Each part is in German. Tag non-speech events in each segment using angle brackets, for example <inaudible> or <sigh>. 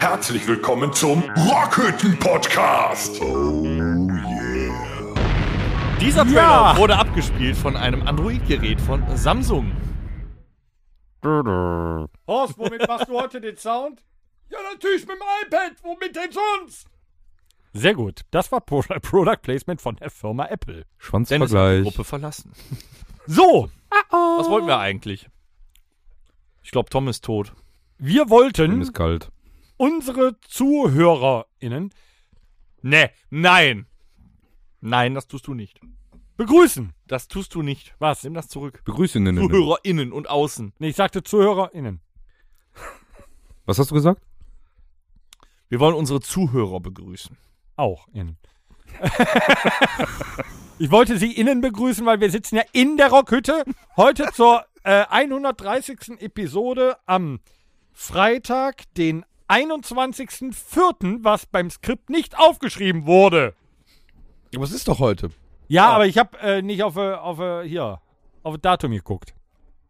Herzlich willkommen zum Rockhütten Podcast. Oh yeah. Dieser Trailer Ja. wurde abgespielt von einem Android-Gerät von Samsung. Horst, womit machst du heute den Sound? Ja, natürlich mit dem iPad. Womit denn sonst? Sehr gut. Das war Pro Product Placement von der Firma Apple. Dennis hat die Schwanzvergleich. Gruppe verlassen. So, Was wollten wir eigentlich? Ich glaube, Tom ist tot. wir Ihm wollten ist kalt. unsere ZuhörerInnen Nee, nein. Nein, das tust du nicht. begrüßen. Das tust du nicht. Was? Nimm das zurück. Begrüße ihn. denn. ZuhörerInnen und außen. Nee, ich sagte ZuhörerInnen. Was hast du gesagt? Wir wollen unsere Zuhörer begrüßen. Auch <laughs> innen. ich wollte Sie innen begrüßen, weil wir sitzen ja in der Rockhütte. Heute zur äh, 130. Episode am Freitag, den 21.04., was beim Skript nicht aufgeschrieben wurde. Aber es ist doch heute. Ja, aber ich habe äh, nicht auf, äh, auf äh, hier, auf das Datum geguckt.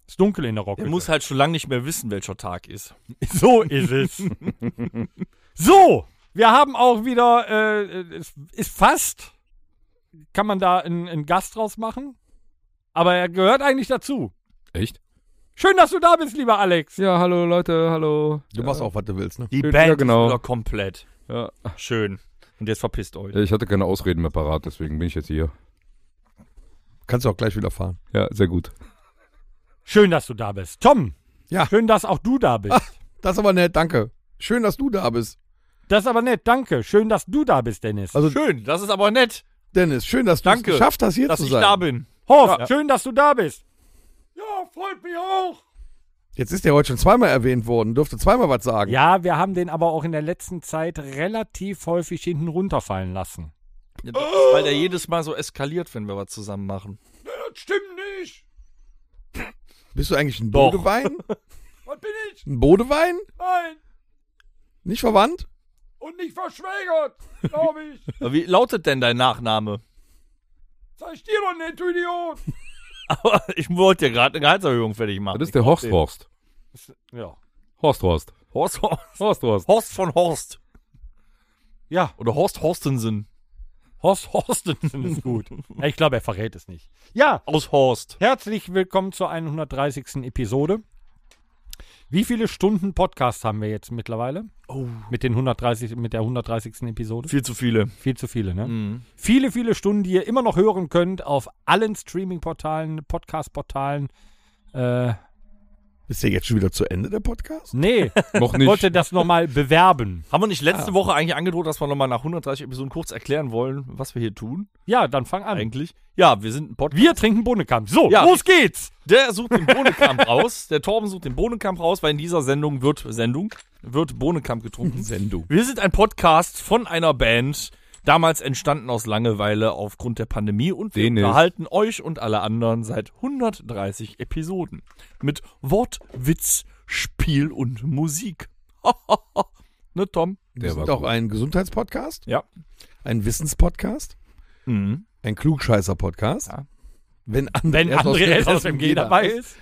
Ist dunkel in der Er Rockhütte. muss halt schon lange nicht mehr wissen, welcher Tag ist. <laughs> So ist es. <laughs> so, wir haben auch wieder, äh, es ist fast, kann man da einen, einen Gast draus machen, aber er gehört eigentlich dazu. Echt? Schön, dass du da bist, lieber Alex. Ja, hallo Leute, hallo. Du machst auch, was du willst, ne? Die Ja, Band genau. ist wieder komplett. Ja. Schön. Und jetzt verpisst euch. Ich hatte keine Ausreden mehr parat, deswegen bin ich jetzt hier. Kannst du auch gleich wieder fahren. Ja, sehr gut. Schön, dass du da bist. Tom, Ja. schön, dass auch du da bist. Ah. Das ist aber nett, danke. Schön, dass du da bist. Das ist aber nett, danke. Schön, dass du da bist, Dennis. Also, Schön, das ist aber nett, Dennis, schön, dass du es Danke, geschafft hast, hier dass zu ich sein. da bin. Horst, ja. schön, dass du da bist. Ja, freut mich auch. Jetzt ist der heute schon zweimal erwähnt worden, durfte zweimal was sagen. Ja, wir haben den aber auch in der letzten Zeit relativ häufig hinten runterfallen lassen. Ja, das ist, weil der jedes Mal so eskaliert, wenn wir was zusammen machen. Das stimmt nicht. Bist du eigentlich ein Doch. Bodewein? Was bin ich? Ein Bodewein? Nein. Nicht verwandt? Und nicht verschwägert, glaube ich. Aber Wie lautet denn dein Nachname? <laughs> Zeig dir doch nicht, du <laughs> Idiot. Aber ich wollte dir gerade eine Gehaltserhöhung fertig machen. Das ist der Horstwurst. Ja. Horstwurst. Horst, Horst, Horstwurst. Horst von Horst. Ja, Oder Horst Horstensen. Horst <laughs> Horstensen ist gut. Ja, ich glaube, er verrät es nicht. Ja, Aus Horst. herzlich willkommen zur 130. Episode. Wie viele Stunden Podcast haben wir jetzt mittlerweile? Oh. Mit, den 130, mit der 130. Episode? Viel zu viele. Viel zu viele, ne? Viele, viele Stunden, die ihr immer noch hören könnt auf allen Streaming-Portalen, Podcast-Portalen. Äh, Ist der jetzt schon wieder zu Ende, der Podcast? nee, Noch ich nicht. wollte das nochmal bewerben. Haben wir nicht letzte Woche eigentlich angedroht, dass wir nochmal nach 130 Episoden kurz erklären wollen, was wir hier tun? Ja, dann fang an. Eigentlich. Ja, wir sind ein Podcast. Wir trinken Bohnenkamp. So, Ja. los geht's. Der sucht den <laughs> Bohnenkamp raus. Der Torben sucht den Bohnenkamp raus, weil in dieser Sendung wird Sendung wird Bohnenkamp getrunken. <laughs> Sendung. Wir sind ein Podcast von einer Band, damals entstanden aus Langeweile aufgrund der Pandemie und wir Den ist- unterhalten euch und alle anderen seit 130 Episoden mit Wort, Witz, Spiel und Musik. <laughs> ne, Tom? Wir Der war sind auch gut. ein Gesundheitspodcast, Ja. ein Wissenspodcast, Mhm. ein Klugscheißer-Podcast. Ja. Wenn, andere Wenn André SSMG dabei ist.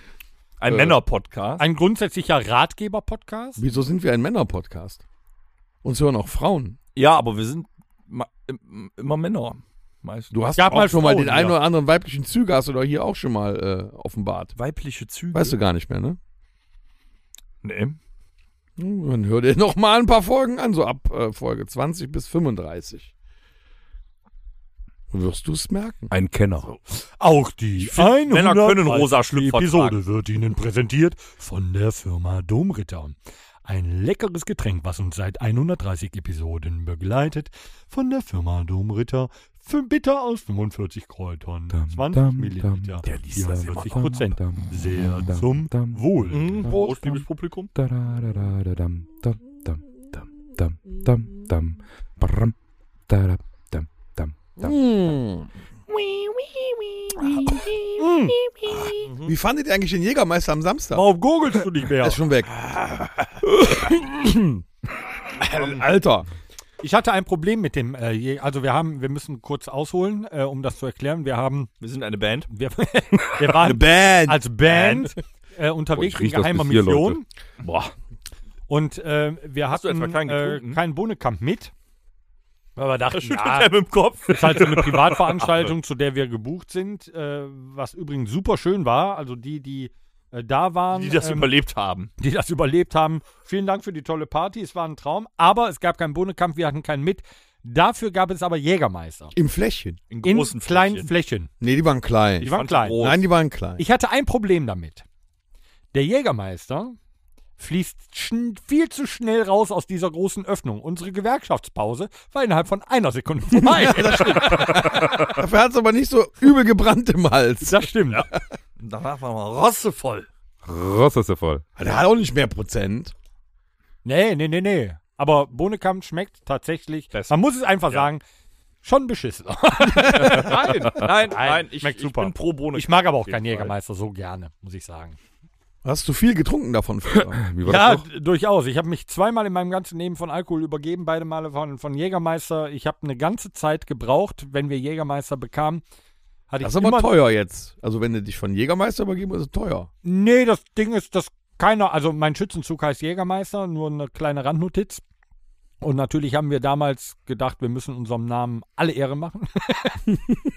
Ein Äh. Männer-Podcast. Ein grundsätzlicher Ratgeber-Podcast. Wieso sind wir ein Männer-Podcast? Uns hören auch Frauen. Ja, aber wir sind ma- im- immer Männer. Meistens. Du hast Gab auch mal schon mal Frauen, den einen ja. oder anderen weiblichen Züge, hast du doch hier auch schon mal äh, offenbart. Weibliche Züge. Weißt du gar nicht mehr, ne? Nee. Hm, Dann hör dir noch mal ein paar Folgen an, so ab äh, Folge 20 bis 35. Wirst du es merken. Ein Kenner. Auch die Männer können rosa Schlüpfer Episode wird Ihnen präsentiert von der Firma Domritter. Ein leckeres Getränk, was uns seit 130 Episoden begleitet, von der Firma Domritter. Für bitter aus 45 Kräutern, 20 dam, Milliliter, dam. Der liest das immer. 44 Prozent. Dam, dam, Sehr dam, zum dam. Wohl. Mhm, Prost, liebes Publikum. Da, da, da, da, da, dam, dam, dam, dam, dam, dam, dam, bram, da, da, dam, dam, dam. Hm. Wie fandet ihr eigentlich den Jägermeister am Samstag? Warum gurgelst du nicht Er mehr? ist schon weg. Alter. Ich hatte ein Problem mit dem, äh, je- also wir haben, wir müssen kurz ausholen, äh, um das zu erklären. Wir <laughs> haben, Wir sind eine Band. wir, wir waren Band. als Band äh, unterwegs ich in riech das geheimer bis hier, Mission. Leute. Boah. Und äh, wir Hast du hatten etwa keinen äh, getrunken? keinen Bohnenkamp mit. Weil wir <laughs> dachten, Schüttelt ja, er mit dem Kopf. ist halt so eine Privatveranstaltung, zu der wir gebucht sind, äh, was übrigens super schön war. Also die, die äh, da waren, Die das ähm, überlebt haben. die das überlebt haben, vielen Dank für die tolle Party. Es war ein Traum, aber es gab keinen Bohnenkampf, wir hatten keinen mit. Dafür gab es aber Jägermeister. Im Fläschchen. In In großen kleinen Flächen. Flächen. Nee, die waren klein. Die waren fand klein. groß. Nein, die waren klein. Ich hatte ein Problem damit. Der Jägermeister fließt schn viel zu schnell raus aus dieser großen Öffnung. Unsere Gewerkschaftspause war innerhalb von <laughs> einer Sekunde vorbei. Dafür hat es aber nicht so übel gebrannt im Hals. das stimmt. Danach waren wir rossevoll. Ross ist er voll. Der hat auch nicht mehr Prozent. Nee, nee, nee, nee. Aber Bohnenkamp schmeckt tatsächlich, Besser. man muss es einfach sagen, <laughs> schon beschissen. Nein, nein, nein. Ich, schmeckt ich super. bin pro Bohne. Ich mag aber auch Auf jeden keinen Fall. Jägermeister so gerne, muss ich sagen. Hast du viel getrunken <laughs> davon? Peter? Wie war Ja, das noch? d- durchaus. Ich habe mich zweimal in meinem ganzen Leben von Alkohol übergeben, beide Male von, von Jägermeister. Ich habe eine ganze Zeit gebraucht, wenn wir Jägermeister bekamen. Hatte Das ich ist aber immer teuer jetzt. Also wenn du dich von Jägermeister übergeben, ist es teuer. Nee, das Ding ist, dass keiner, also mein Schützenzug heißt Jägermeister, nur eine kleine Randnotiz. Und natürlich haben wir damals gedacht, wir müssen unserem Namen alle Ehre <laughs> machen.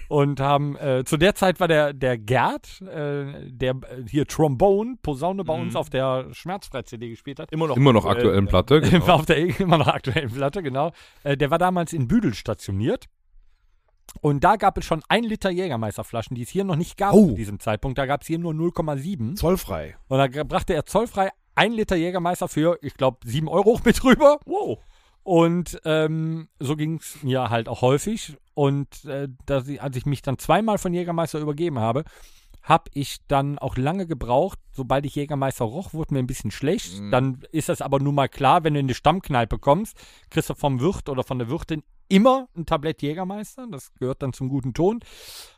und haben, äh, zu der Zeit war der, der Gerd, äh, der äh, hier Trombone, Posaune bei Mhm. uns auf der Schmerzfrei-CD gespielt hat. Immer noch, Immer noch aktuellen Platte. War Genau. <laughs> auf der immer noch aktuellen Platte, genau. Äh, der war damals in Büdel stationiert. Und da gab es schon ein Liter Jägermeisterflaschen, die es hier noch nicht gab Oh. zu diesem Zeitpunkt. Da gab es hier nur 0,7. Zollfrei. Und da g- brachte er zollfrei ein Liter Jägermeister für, ich glaube, sieben Euro <laughs> mit rüber. Wow. Und ähm, so ging es mir halt auch häufig. Und äh, dass ich, als ich mich dann zweimal von Jägermeister übergeben habe, habe ich dann auch lange gebraucht. Sobald ich Jägermeister roch, wurde mir ein bisschen schlecht. Dann ist das aber nun mal klar, wenn du in die Stammkneipe kommst, kriegst du vom Wirt oder von der Wirtin immer ein Tablett Jägermeister. Das gehört dann zum guten Ton.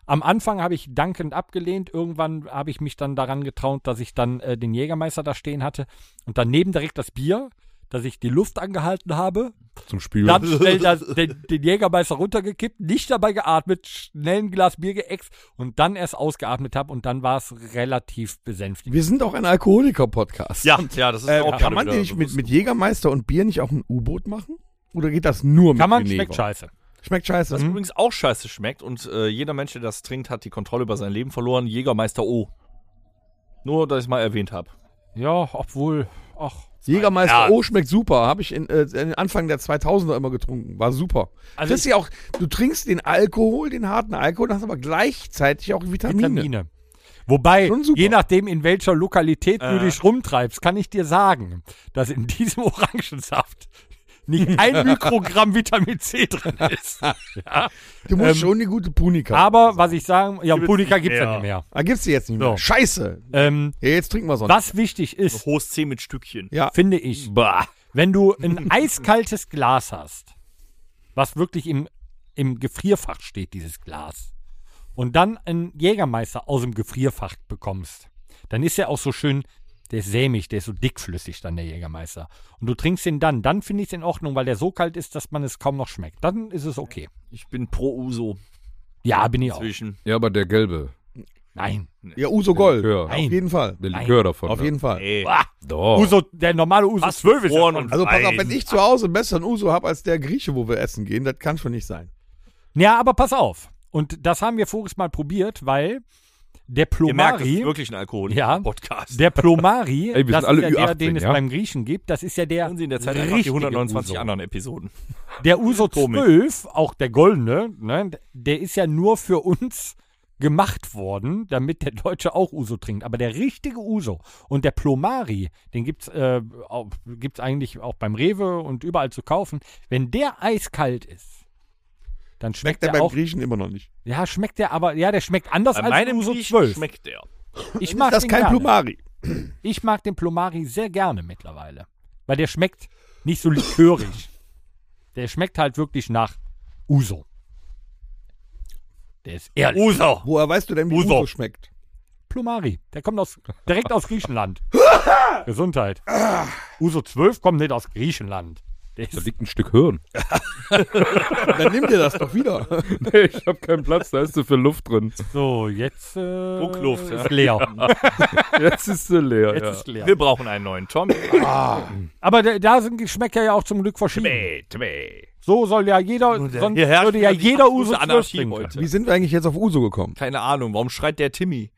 Am Anfang habe ich dankend abgelehnt. Irgendwann habe ich mich dann daran getraut, dass ich dann äh, den Jägermeister da stehen hatte und daneben direkt das Bier, dass ich die Luft angehalten habe, Zum Spülen. dann schnell das, den, den Jägermeister runtergekippt, nicht dabei geatmet, schnell ein Glas Bier geäxt und dann erst ausgeatmet habe und dann war es relativ besänftigt. Wir sind auch ein Alkoholiker-Podcast. Ja, ja, das ist Äh, auch kann gerade man den wieder nicht so mit, was- mit Jägermeister und Bier nicht auch ein U-Boot machen? Oder geht das nur mit Kann man, Vinegar? schmeckt scheiße. Schmeckt scheiße. Mhm. Was übrigens auch scheiße schmeckt und äh, jeder Mensch, der das trinkt, hat die Kontrolle über sein Leben verloren. Jägermeister O. Nur, dass ich es mal erwähnt habe. Ja, obwohl, ach. Ja. Jägermeister O schmeckt super. Habe ich in, äh, in Anfang der 2000er immer getrunken. War super. Also das ist ja auch, du trinkst den Alkohol, den harten Alkohol, hast aber gleichzeitig auch Vitamine. Vitamine. Wobei, Schon super. je nachdem, in welcher Lokalität du Äh. dich rumtreibst, kann ich dir sagen, dass in diesem <laughs> Orangensaft nicht ein Mikrogramm Vitamin C drin ist. Du musst Ähm, schon die gute Punika. Aber was ich sagen, ja, Punika gibt es ja mehr. nicht mehr. ah, gibt's die jetzt nicht mehr. So. Scheiße. Ähm, Ja, jetzt trinken wir so was wichtig ist, Hohes C mit Stückchen. Ja. finde ich, Ah, Bah. wenn du ein eiskaltes Glas hast, was wirklich im, im Gefrierfach steht, dieses Glas, und dann einen Jägermeister aus dem Gefrierfach bekommst, dann ist er auch so schön, der ist sämig, der ist so dickflüssig dann, der Jägermeister. Und du trinkst ihn dann, dann finde ich es in Ordnung, weil der so kalt ist, dass man es kaum noch schmeckt. Dann ist es okay. Ich bin pro Uso Ja, bin ich auch. zwischen. Ja, aber der gelbe. Nein. Ja, Uso Gold. Likör. Auf Nein. jeden Fall. Der Likör davon. Auf ja. jeden Fall. Ey. Doch. Uso, der normale Uso Was 12 ist. ja Ohren schon- und Also pass auf, Nein. wenn ich zu Hause besser einen Uso habe als der Grieche, wo wir essen gehen, das kann schon nicht sein. Ja, aber pass auf. Und das haben wir voriges Mal probiert, weil der Ihr merkt, das ist Plomari. wirklich ein Alkohol. Ja. Podcast. Der Plomari, Ey, wir das sind alle ist ja der, Ü18, den es ja? beim Griechen gibt, das ist ja der Hören Sie in der Zeit einfach die richtige 129 Uso. anderen Episoden. Der Uso Komisch. 12, auch der goldene, ne, der ist ja nur für uns gemacht worden, damit der Deutsche auch Uso trinkt. Aber der richtige Uso und der Plomari, den gibt es äh, auch- gibt's eigentlich auch beim Rewe und überall zu kaufen. Wenn der eiskalt ist, dann schmeckt, Schmeckt der der beim auch. Griechen immer noch nicht. Ja, schmeckt der aber, ja, der schmeckt anders Bei als meinem Uso Griechen 12. schmeckt der. ich Ist mag das den kein gerne. Plumari? Ich mag den Plomari sehr gerne mittlerweile, weil der schmeckt nicht so likörig. Der schmeckt halt wirklich nach Uso. Der ist ehrlich. Uso. Woher weißt du denn, wie Uso. Uso schmeckt? Plomari, der kommt aus, <laughs> direkt aus Griechenland. Gesundheit. Uso 12 kommt nicht aus Griechenland. Der Da ist, liegt ein Stück Hirn. Dann nimm dir das <laughs> doch wieder. <laughs> Nee, ich habe keinen Platz, da ist so viel Luft drin. so, jetzt äh, Druckluft, ja. ist leer. Jetzt ist sie leer. Jetzt ja. ist leer. Wir brauchen einen neuen Tommy. Aber da, da sind Geschmäcker ja auch zum Glück verschieden. Tommy, Tommy. So soll ja jeder, Nur der- sonst hier herrscht würde ja die jeder absolute Uso Anarchie Anarchie heute. Wie sind wir eigentlich jetzt auf Uso gekommen? Keine Ahnung, warum schreit der Timmy?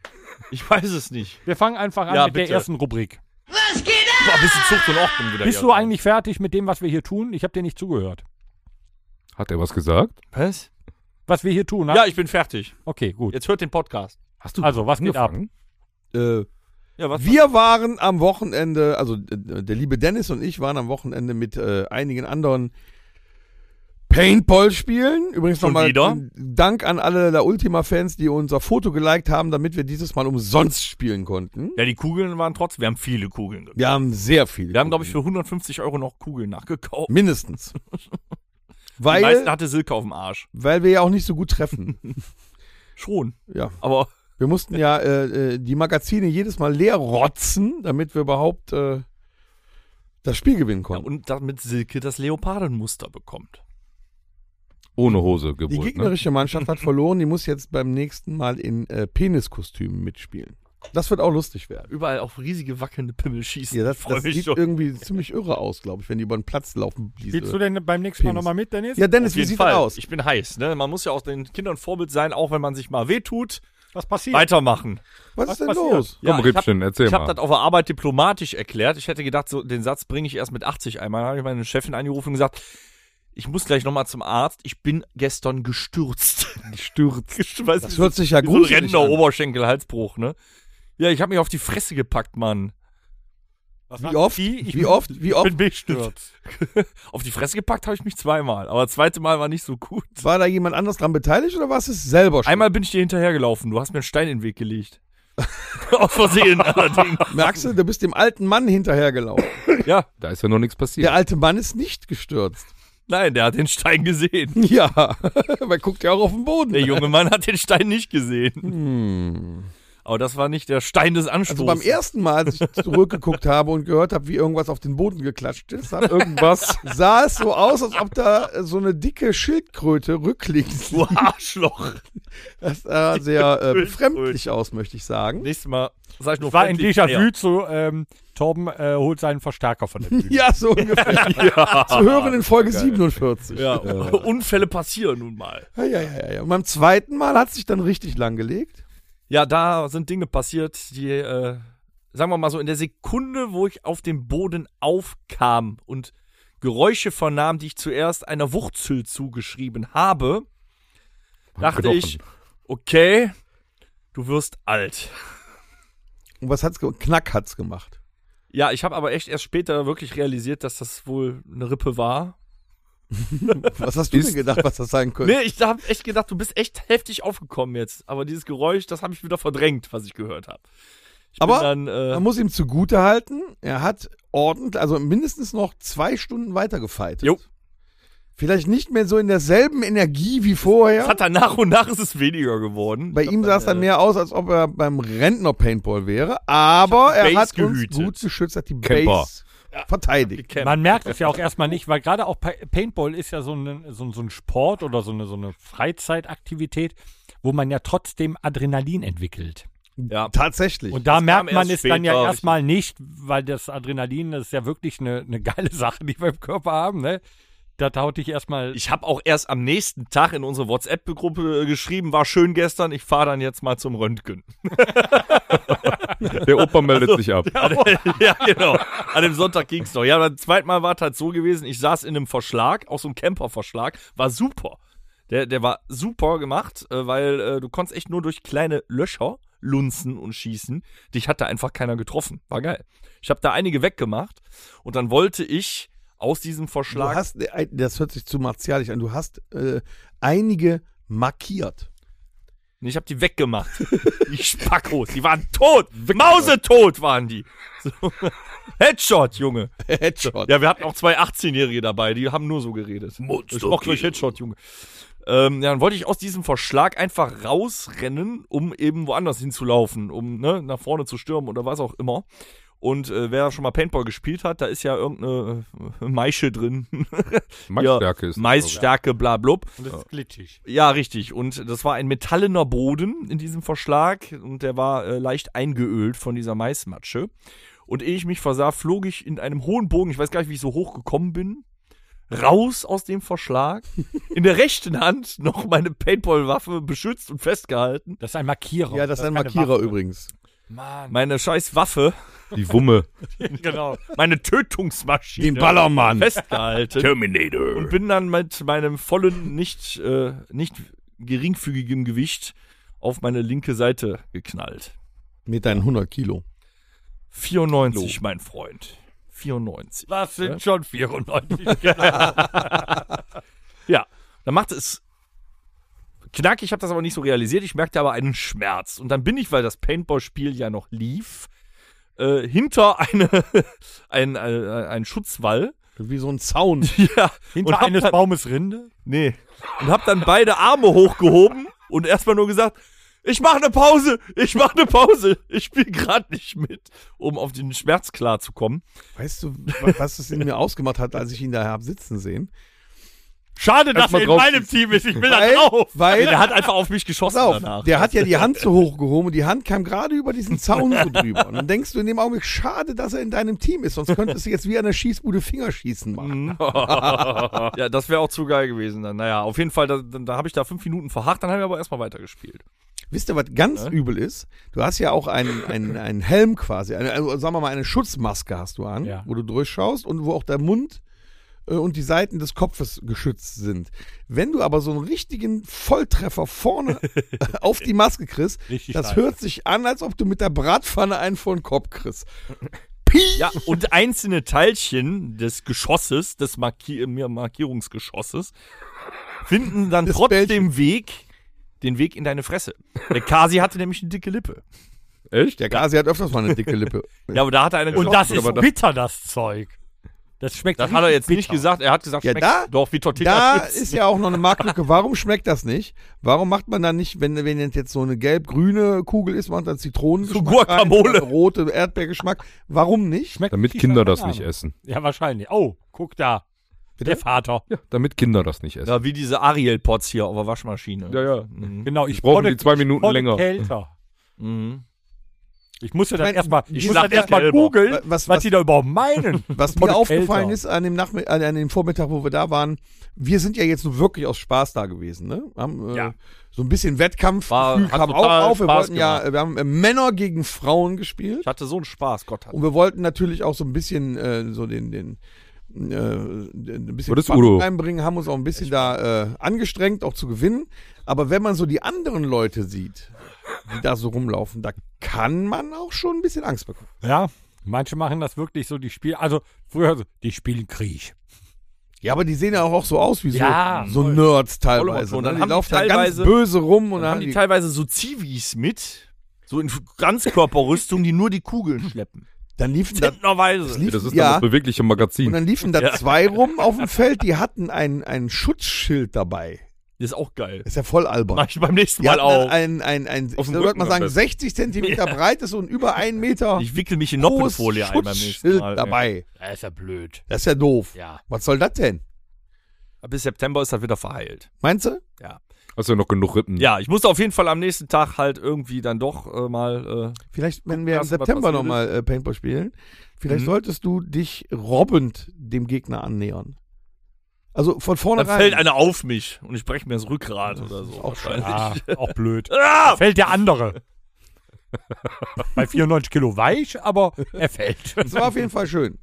Ich weiß es nicht. Wir fangen einfach an Ja, mit bitte. der ersten Rubrik. War ein bisschen Zucht und Ordnung wieder. Bist hier du drin. eigentlich fertig mit dem, was wir hier tun? Ich habe dir nicht zugehört. Hat er was gesagt? Was? Was wir hier tun, ne? Ja, ich bin fertig. Okay, gut. Jetzt hört den Podcast. Hast du Also, was geht ab? angefangen? Äh, Ja, was? wir waren am Wochenende, also äh, der liebe Dennis und ich waren am Wochenende mit äh, einigen anderen Paintball-Spielen. Übrigens Schon nochmal wieder? äh, Dank an alle La Ultima-Fans, die unser Foto geliked haben, damit wir dieses Mal umsonst spielen konnten. Ja, die Kugeln waren trotzdem. Wir haben viele Kugeln gekauft. Wir haben sehr viel. Wir haben, glaube ich, für 150 Euro noch Kugeln nachgekauft. mindestens. <laughs> Die meisten weil, hatte Silke auf dem Arsch. weil wir ja auch nicht so gut treffen. Schon. Ja. Aber Wir mussten ja äh, äh, die Magazine jedes Mal leer rotzen, damit wir überhaupt äh, das Spiel gewinnen ja, konnten. und damit Silke das Leopardenmuster bekommt. Ohne Hose die geboren. Ne? gegnerische <laughs> Mannschaft hat verloren, die muss jetzt beim nächsten Mal in äh, Peniskostümen mitspielen. Das wird auch lustig werden. Überall auf riesige wackelnde Pimmel schießen. Ja, das, Freu das sieht irgendwie ziemlich irre aus, glaube ich, wenn die über den Platz laufen. Spielst du Diese. denn beim nächsten Mal Penis. nochmal mit, Dennis? Ja, Dennis, Auf wie jeden sieht Fall. das aus? Ich bin heiß. Ne? Man muss ja auch den Kindern Vorbild sein, auch wenn man sich mal wehtut. Was passiert? Weitermachen. was, was ist denn passiert? los? Komm, ja, ich hab- Rippchen, erzähl Ich habe mal. das auf der Arbeit diplomatisch erklärt. Ich hätte gedacht, so, den Satz bringe ich erst mit 80 einmal. Dann habe ich meine Chefin angerufen und gesagt, ich muss gleich nochmal zum Arzt. Ich bin gestern gestürzt. <laughs> Gestürzt. Weißt, Das du, hört sich ja wie so ein gruselig Ränder, an. Oberschenkel, Halsbruch, ne? Ja, ich habe mich auf die Fresse gepackt, Mann. Was Wie machen oft? Die? Ich Wie oft? Wie oft? bin bestürzt. <laughs> auf die Fresse gepackt habe ich mich zweimal. Aber das zweite Mal war nicht so gut. War da jemand anders dran beteiligt oder war es es selber schon? Einmal bin ich dir hinterhergelaufen. Du hast mir einen Stein in den Weg gelegt. <laughs> Aus Versehen allerdings. Merkst du, du bist dem alten <laughs> Mann hinterhergelaufen. Ja, Da ist ja noch nichts passiert. Der alte Mann ist nicht gestürzt. nein, der hat den Stein gesehen. <laughs> Ja, man guckt ja auch auf den Boden. Der junge Mann hat den Stein nicht gesehen. Hm. Aber das war nicht der Stein des Anstoßes. Also beim ersten Mal, als <laughs> ich zurückgeguckt habe und gehört habe, wie irgendwas auf den Boden geklatscht ist, hat, Irgendwas. sah es so aus, als ob da äh, so eine dicke Schildkröte rücklings. Du Arschloch. Das sah sehr äh, Schildkröte. befremdlich aus, möchte ich sagen. Nächstes Mal sag ich nur Das war ein freundlich, Déjà-vu zu ähm, Torben äh, holt seinen Verstärker <laughs> von der Bühne. Ja, so ungefähr. <laughs> Ja. Zu hören in Folge 47. Ja, <laughs> Unfälle passieren nun mal. Ja, ja, ja, ja. Und beim zweiten Mal hat es sich dann richtig lang gelegt. Ja, da sind Dinge passiert, die, äh, sagen wir mal so, in der Sekunde, wo ich auf dem Boden aufkam und Geräusche vernahm, die ich zuerst einer Wurzel zugeschrieben habe, dachte Knochen. ich, okay, du wirst alt. Und was hat's gemacht? Knack hat's gemacht. Ja, ich habe aber echt erst später wirklich realisiert, dass das wohl eine Rippe war. Was hast du Ist- denn gedacht, was das sein könnte? Nee, ich habe echt gedacht, du bist echt heftig aufgekommen jetzt. Aber dieses Geräusch, das habe ich wieder verdrängt, was ich gehört habe. Ich Aber bin dann, äh, Man muss ihm zugute halten, er hat ordentlich, also mindestens noch zwei Stunden weitergefeitet. Jo. Vielleicht nicht mehr so in derselben Energie wie vorher. es hat dann nach und nach ist es weniger geworden. Bei Ich hab ihm sah es dann äh, mehr aus, als ob er beim Rentner-Paintball wäre. Aber Ich hab die er hat Base uns gehütet. gut geschützt, hat die Camper. Base verteidigt. gekämpft. Man merkt es ja auch erstmal nicht, weil gerade auch Pa- Paintball ist ja so ein, so, ein- so ein Sport oder so eine, so eine Freizeitaktivität, wo man ja trotzdem Adrenalin entwickelt. ja. Tatsächlich. Und da merkt kam man es erst dann ja später, erstmal nicht, weil das Adrenalin das ist ja wirklich eine, eine geile <laughs> Sache, die wir im Körper haben. Ne? Da haut dich erstmal. Ich habe auch erst am nächsten Tag in unsere WhatsApp-Gruppe äh, geschrieben, war schön gestern, ich fahre dann jetzt mal zum <laughs> Röntgen. <laughs> Der Opa meldet sich ab. ja, genau. An dem Sonntag ging's noch. Ja, beim zweiten Mal war es halt so gewesen, ich saß in einem Verschlag, auch so einem Camper-Verschlag, war super. Der, der war super gemacht, äh, weil äh, du konntest echt nur durch kleine Löcher lunzen und schießen. Dich hat da einfach keiner getroffen. War geil. Ich habe da einige weggemacht und dann wollte ich aus diesem du Verschlag hast, äh, das hört sich zu martialisch an, du hast äh, einige markiert. Nee, Ich habe die weggemacht. Die Spackos, die waren tot. Mausetot waren die. So. Headshot, Junge. Headshot. Ja, wir hatten auch zwei 18-Jährige dabei, die haben nur so geredet. Ich mochte euch Headshot, Junge. Ähm, ja, dann wollte ich aus diesem Verschlag einfach rausrennen, um eben woanders hinzulaufen, um ne, nach vorne zu stürmen oder was auch immer. Und äh, wer schon mal Paintball gespielt hat, da ist ja irgendeine äh, Maische drin. <laughs> Maisstärke ist. Maisstärke, bla blub. Und das ist glitschig. Ja, richtig. Und das war ein metallener Boden in diesem Verschlag und der war äh, leicht eingeölt von dieser Maismatsche. Und ehe ich mich versah, flog ich in einem hohen Bogen, ich weiß gar nicht, wie ich so hoch gekommen bin, raus aus dem Verschlag, in der rechten Hand noch meine Paintball-Waffe beschützt und festgehalten. Das ist ein Markierer. Ja, das ist ein keine Markierer Waffe. übrigens. Mann, Meine scheiß Waffe, Die Wumme. <laughs> genau. meine Tötungsmaschine. Den Ballermann. Festgehalten. Terminator. und bin dann mit meinem vollen, nicht, äh, nicht geringfügigen Gewicht auf meine linke Seite geknallt. Mit deinen 100 Kilo. 94, mein Freund. 94. Was sind <laughs> schon 94? Ja, dann macht es knack. Ich habe das aber nicht so realisiert. Ich merkte aber einen Schmerz. Und dann bin ich, weil das Paintball-Spiel ja noch lief, äh, hinter eine, <laughs> ein, ein, ein Schutzwall. Wie so ein Zaun. <laughs> Ja, und Hinter hab eines dann- Baumes Rinde? Nee. Und hab dann beide Arme hochgehoben und erstmal nur gesagt, ich mache eine Pause, ich mache eine Pause, ich spiele gerade nicht mit, um auf den Schmerz klarzukommen. Weißt du, wa- was es in mir ausgemacht hat, als ich ihn da hab sitzen sehen? Schade, dass er Erstmal in drauf meinem Team ist. Ich bin da Weil- drauf. Weil, Der hat einfach auf mich geschossen pass auf, danach. <laughs> der hat ja die Hand so hochgehoben und die Hand kam gerade über diesen Zaun so drüber. Und dann denkst du in dem Augenblick, schade, dass er in deinem Team ist, sonst könntest du jetzt wie an der Schießbude Fingerschießen machen. Mhm. ja, das wäre auch zu geil gewesen dann. Naja, auf jeden Fall, da, da habe ich da fünf Minuten verharrt, dann haben wir aber erstmal weitergespielt. Wisst ihr, was ganz übel ist? Du hast ja auch einen, einen, einen Helm quasi, eine, also, sagen wir mal, eine Schutzmaske hast du an, Ja. wo du durchschaust und wo auch der Mund äh, und die Seiten des Kopfes geschützt sind. Wenn du aber so einen richtigen Volltreffer vorne <laughs> auf die Maske kriegst, Richtig das scheiße. hört sich an, als ob du mit der Bratpfanne einen vor den Kopf kriegst. Piep! Ja, und einzelne Teilchen des Geschosses, des Marki mir Markierungsgeschosses, finden dann Des trotzdem Bällchen. Weg, den Weg in deine Fresse. Der Kasi hatte nämlich eine dicke Lippe. Echt? Der Gasi hat öfters mal eine dicke Lippe. <laughs> Ja, aber da hat er eine Und geschossen. das ist aber das- bitter, das Zeug. Das schmeckt das hat er richtig jetzt nicht bitter. gesagt. Er hat gesagt, Ja, schmeckt da- doch wie Da Tortilla ist ja auch noch eine Marktlücke. Warum schmeckt das nicht? Warum macht man dann nicht, wenn, wenn jetzt so eine gelb-grüne Kugel ist, macht dann Zitronen. Guacamole. rote Erdbeergeschmack. Warum nicht? Schmeckt Damit richtig Kinder nach das Banane. nicht essen. Ja, wahrscheinlich. Oh, guck da. Der Vater. Ja, damit Kinder das nicht essen. ja, wie diese Ariel-Pots hier auf der Waschmaschine. Ja, ja. Mhm. Genau, ich Ich brauche wurde- die zwei Minuten wurde länger. Kälter. Mhm. Ich musste das meine, erstmal ich die muss sagt das erst mal selber. googeln, Wa- was, was- die da überhaupt meinen. Was Wurde mir aufgefallen älter. ist an dem, Nachmitt an, an dem Vormittag, wo wir da waren, wir sind ja jetzt nur wirklich aus Spaß da gewesen. Ne? Haben, äh, Ja. So ein bisschen Wettkampf War- hat kam total auch auf. Wir, Spaß wollten ja, äh, wir haben äh, Männer gegen Frauen gespielt. Ich hatte so einen Spaß, Gott hat. Und wir wollten natürlich auch so ein bisschen äh, so den, den äh, ein bisschen Wo das Spannung Udo? reinbringen, haben uns auch ein bisschen da äh, angestrengt, auch zu gewinnen. Aber wenn man so die anderen Leute sieht, die da so rumlaufen, da kann man auch schon ein bisschen Angst bekommen. Ja, manche machen das wirklich so, die spielen, also früher so, die spielen <laughs> Krieg. Ja, aber die sehen ja auch so aus wie so, Ja, so voll. Nerds Voll und teilweise. so. Und ne? dann die haben die laufen da ganz teilweise- böse rum und Dann haben die die, teilweise so Zivis mit, so in Ganzkörperrüstung, die nur die Kugeln schleppen. dann <laughs> liefen da, Zentnerweise. lief- Das ist ja. dann das bewegliche und Magazin. dann liefen da zwei rum auf dem Feld, die hatten ein, ein Schutzschild dabei. Ist auch geil. Ist ja voll albern. Mach ich beim nächsten Die Mal hatten auch. ein, ein, ein, Auf ich dem würde Rücken mal sagen, am besten. <laughs> 60 Zentimeter breites und über einen Meter Ich wickel mich in hohes Doppelfolie ein beim nächsten Oh. Schutzschild Mal. dabei. Das ist ja blöd. Das ist ja doof. Ja. Was soll das denn? Bis September ist das wieder verheilt. Meinst du? Hast du ja noch genug Rippen. Ja, ich musste auf jeden Fall am nächsten Tag halt irgendwie dann doch äh, mal. Äh, Vielleicht, wenn wir im lassen, was September passiert nochmal äh, Paintball spielen, vielleicht Mhm. solltest du dich robbend dem Gegner annähern. Also von dann vornherein. fällt einer auf mich und ich breche mir das Rückgrat oder so. auch wahrscheinlich. Ah, auch blöd. Ah! Fällt der <laughs> andere. Bei 94 Kilo weich, aber er fällt. Das war auf jeden Fall schön.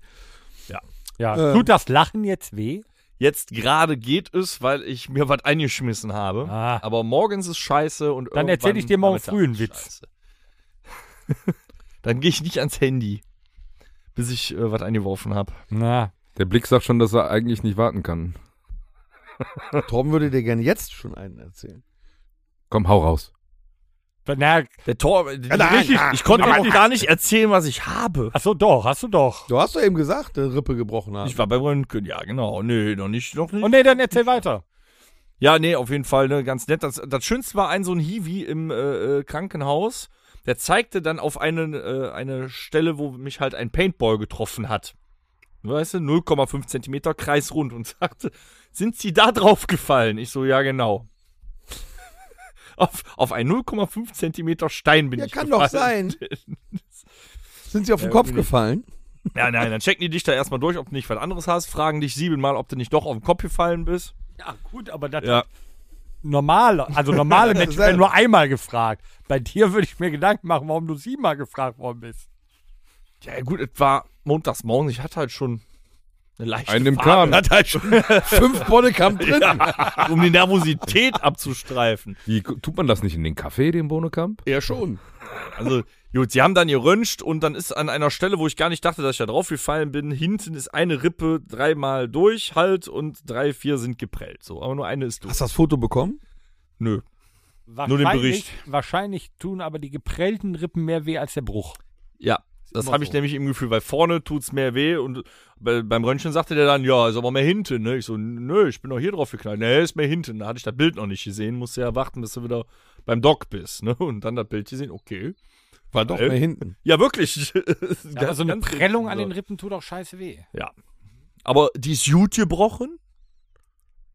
<laughs> Ja. Ähm. Tut das Lachen jetzt weh? Jetzt gerade geht es, weil ich mir was eingeschmissen habe. Ah. Aber morgens ist scheiße und Dann erzähl irgendwann ich dir morgen nachmittags früh einen ist Witz. scheiße. <laughs> dann gehe ich nicht ans Handy, bis ich äh, was eingeworfen habe. Na, Der Blick sagt schon, dass er eigentlich nicht warten kann. Torben würde dir gerne jetzt schon einen erzählen. Komm, hau raus. na Der Tor, die- nein, richtig, nein. ich konnte auch gar nicht erzählen, was ich habe. ach so, doch, hast du doch. Du hast doch eben gesagt, dass Rippe gebrochen hat. Ich war beim Röntgen, ja genau. Nee, noch nicht, noch nicht. Und Oh, nee, dann erzähl weiter. Ja, nee, auf jeden Fall, ne, ganz nett. Das, das Schönste war ein so ein Hiwi im äh, äh, Krankenhaus. Der zeigte dann auf eine, äh, eine Stelle, wo mich halt ein Paintball getroffen hat. Weißt du, 0,5 Zentimeter kreisrund und <laughs> sagte, sind Sie da drauf gefallen? Ich so, ja, genau. <laughs> auf, auf einen 0,5 Zentimeter Stein bin Ja, ich kann gefallen. doch sein. Sind sie auf den Kopf irgendwie. <laughs> gefallen? Ja, nein, dann checken die dich da erstmal durch, ob du nicht was anderes hast, fragen dich siebenmal, ob du nicht doch auf den Kopf gefallen bist. Ja, gut, aber das Ja. normale, also <laughs> normale Menschen Selber. werden nur einmal gefragt. Bei dir würde ich mir Gedanken machen, warum du siebenmal gefragt worden bist. Ja, gut, es war montags morgens, ich hatte halt schon eine leichte Einen im Farbe. Kahn. Hat halt schon, Fünf Bodekamp drin. ja, um die Nervosität abzustreifen. Wie tut man das nicht in den Kaffee, den Bohnekamp? Ja, schon. Also, gut, sie haben dann geröntgt und dann ist an einer Stelle, wo ich gar nicht dachte, dass ich da drauf gefallen bin, hinten ist eine Rippe dreimal durch, halt, und drei, vier sind geprellt. So, aber nur eine ist durch. Hast du das Foto bekommen? Nö. Wahrscheinlich- Bericht. Wahrscheinlich tun aber die geprellten Rippen mehr weh als der Bruch. Ja, das immer habe ich so. nämlich im Gefühl, weil vorne tut's mehr weh und bei, beim Röntgen sagte der dann, ja, ist aber mehr hinten, ne? Ich so, nö, ich bin doch hier drauf geknallt. Nee, ist mehr hinten. Da hatte ich das Bild noch nicht gesehen, musste ja warten, bis du wieder beim Doc bist, ne? Und dann das Bild gesehen, okay. War doch Äh, mehr hinten. Ja, wirklich. <laughs> Ja, also eine Prellung an den Rippen. Rippen tut auch scheiße weh. Ja. Aber die ist gut gebrochen.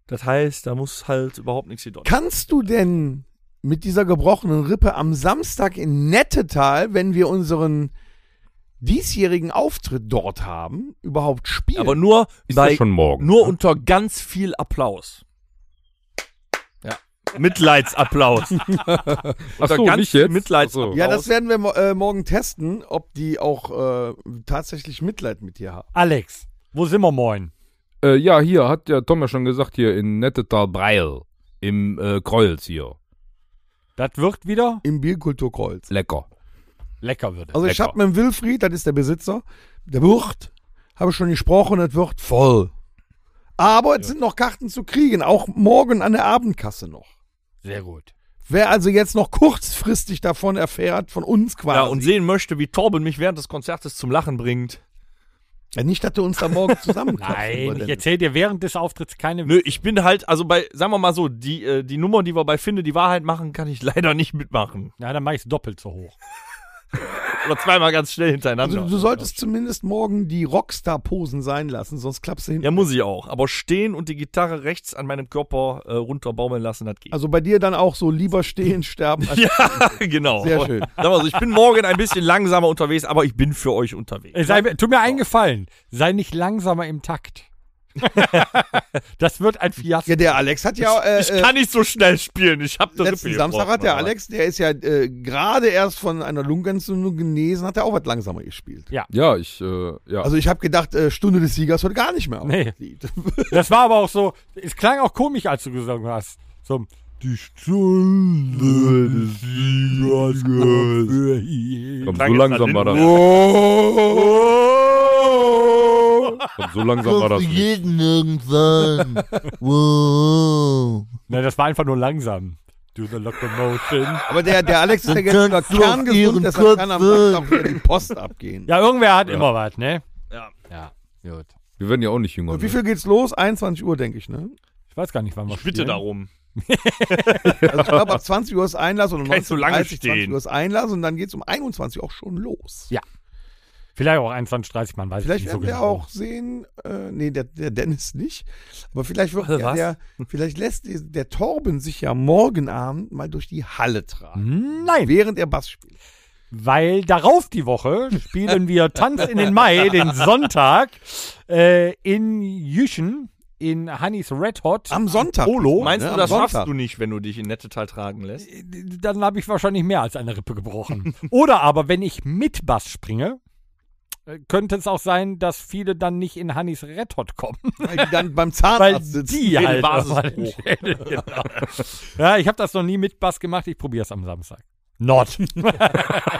Das heißt, da muss halt überhaupt nichts gedonnert. Kannst du denn mit dieser gebrochenen Rippe am Samstag in Nettetal, wenn wir unseren diesjährigen Auftritt dort haben, überhaupt spielen? Aber nur Ist bei das schon morgen? ne? Nur unter ganz viel Applaus. Ja. Mitleidsapplaus. Ach so, unter ganz nicht jetzt? Mitleidsapplaus. ja, das werden wir mo äh, morgen testen, ob die auch äh, tatsächlich Mitleid mit dir haben. <laughs> Alex, wo sind wir moin? Äh, ja, hier, hat ja Tom ja schon gesagt, hier in Nettetal Breil. Im äh, Kreuz hier. Das wird wieder Im Bierkulturkreuz. Lecker. lecker würde. Also ich Lecker. habe mit dem Wilfried, das ist der Besitzer, der wird, habe ich schon gesprochen, es wird voll. Aber es sind noch Karten zu kriegen, auch morgen an der Abendkasse noch. Sehr gut. Wer also jetzt noch kurzfristig davon erfährt, von uns quasi. Ja, und sehen möchte, wie Torben mich während des Konzertes zum Lachen bringt. Ja, nicht, dass du uns <laughs> da morgen zusammen Nein, ich erzähl dir während des Auftritts keine Nö, ich bin halt, also bei, sagen wir mal so, die, äh, die Nummer, die wir bei Finde die Wahrheit machen, kann ich <laughs> leider nicht mitmachen. Na, dann mach ich's doppelt so hoch. Oder zweimal ganz schnell Also, hintereinander. du solltest zumindest morgen die Rockstar-Posen sein lassen, sonst klappst du hin. ja, muss ich auch. Aber stehen und die Gitarre rechts an meinem Körper äh, runterbaumeln lassen, das geht. Also bei dir dann auch so lieber stehen, sterben. <laughs> Als ja, genau. Sehr schön. Sag mal so, ich bin morgen ein bisschen langsamer unterwegs, aber ich bin für euch unterwegs. Äh, Sei, mir- tu mir einen Gefallen. Sei nicht langsamer im Takt. <laughs> das wird ein Fiasko. Ja, der Alex hat ja. Äh, ich kann nicht so schnell spielen. Ich habe eine letzten Rippe Samstag gebrochen, hat der aber- Alex, der ist ja äh, gerade erst von einer Lungenentzündung genesen, hat er auch was langsamer gespielt. Ja, ich, äh, ja. Also ich habe gedacht, äh, Stunde des Siegers hört gar nicht mehr auf. Nee. das Lied. Das war aber auch so. Es klang auch komisch, als du gesungen hast. So. Die Stunde des Siegers kommt für ihn. Komm, Klang so jetzt langsam dann war das. hin. Oh. Komm, so langsam war das. nicht. jeden irgendwann. Wow. Na, das war einfach nur langsam. Do the locomotion. Aber der, der Alex ist ja jetzt kannst wieder du auf kerngesund, ihren deshalb kann am Kopf Samstag wieder die Post abgehen. Ja, irgendwer hat immer was, ne? Ja. Ja. Gut. Wir werden ja auch nicht jünger. Und wie ne? viel geht's los? 21 Uhr, denke ich, ne? Ich weiß gar nicht, wann wir Ich bitte spielen. darum. Also ich glaube, <laughs> ab 20 Uhr ist Einlass oder Kannst du lange 19:30, 20 stehen. Uhr ist Einlass und dann geht's um 21 Uhr auch schon los. Ja. Vielleicht auch 21.30 Mann, weiß Vielleicht ich nicht so werden wir genau. auch sehen, äh, nee, der, der Dennis nicht, aber vielleicht wird Also der, was? der, vielleicht lässt die- der Torben sich ja morgen Abend mal durch die Halle tragen, Hm. Nein, während er Bass spielt. weil darauf die Woche spielen <laughs> wir Tanz in den Mai, den Sonntag, äh, in Jüchen, in Hannis Red Hot. Am Sonntag. Polo. Meinst ne, du, am das Sonntag. schaffst du nicht, wenn du dich in Nettetal tragen lässt? Dann habe ich wahrscheinlich mehr als eine Rippe <laughs> gebrochen. Oder aber, wenn ich mit Bass springe, äh, könnte es auch sein, dass viele dann nicht in Hannis Red Hot kommen. <laughs> Weil die dann beim weil Zahnarzt sitzen. die Jeden halt Basisbruch. auf meinen Schädel, <laughs> genau. Ja, ich habe das noch nie mit Bass gemacht. Ich probiere es am Samstag. <laughs> Not.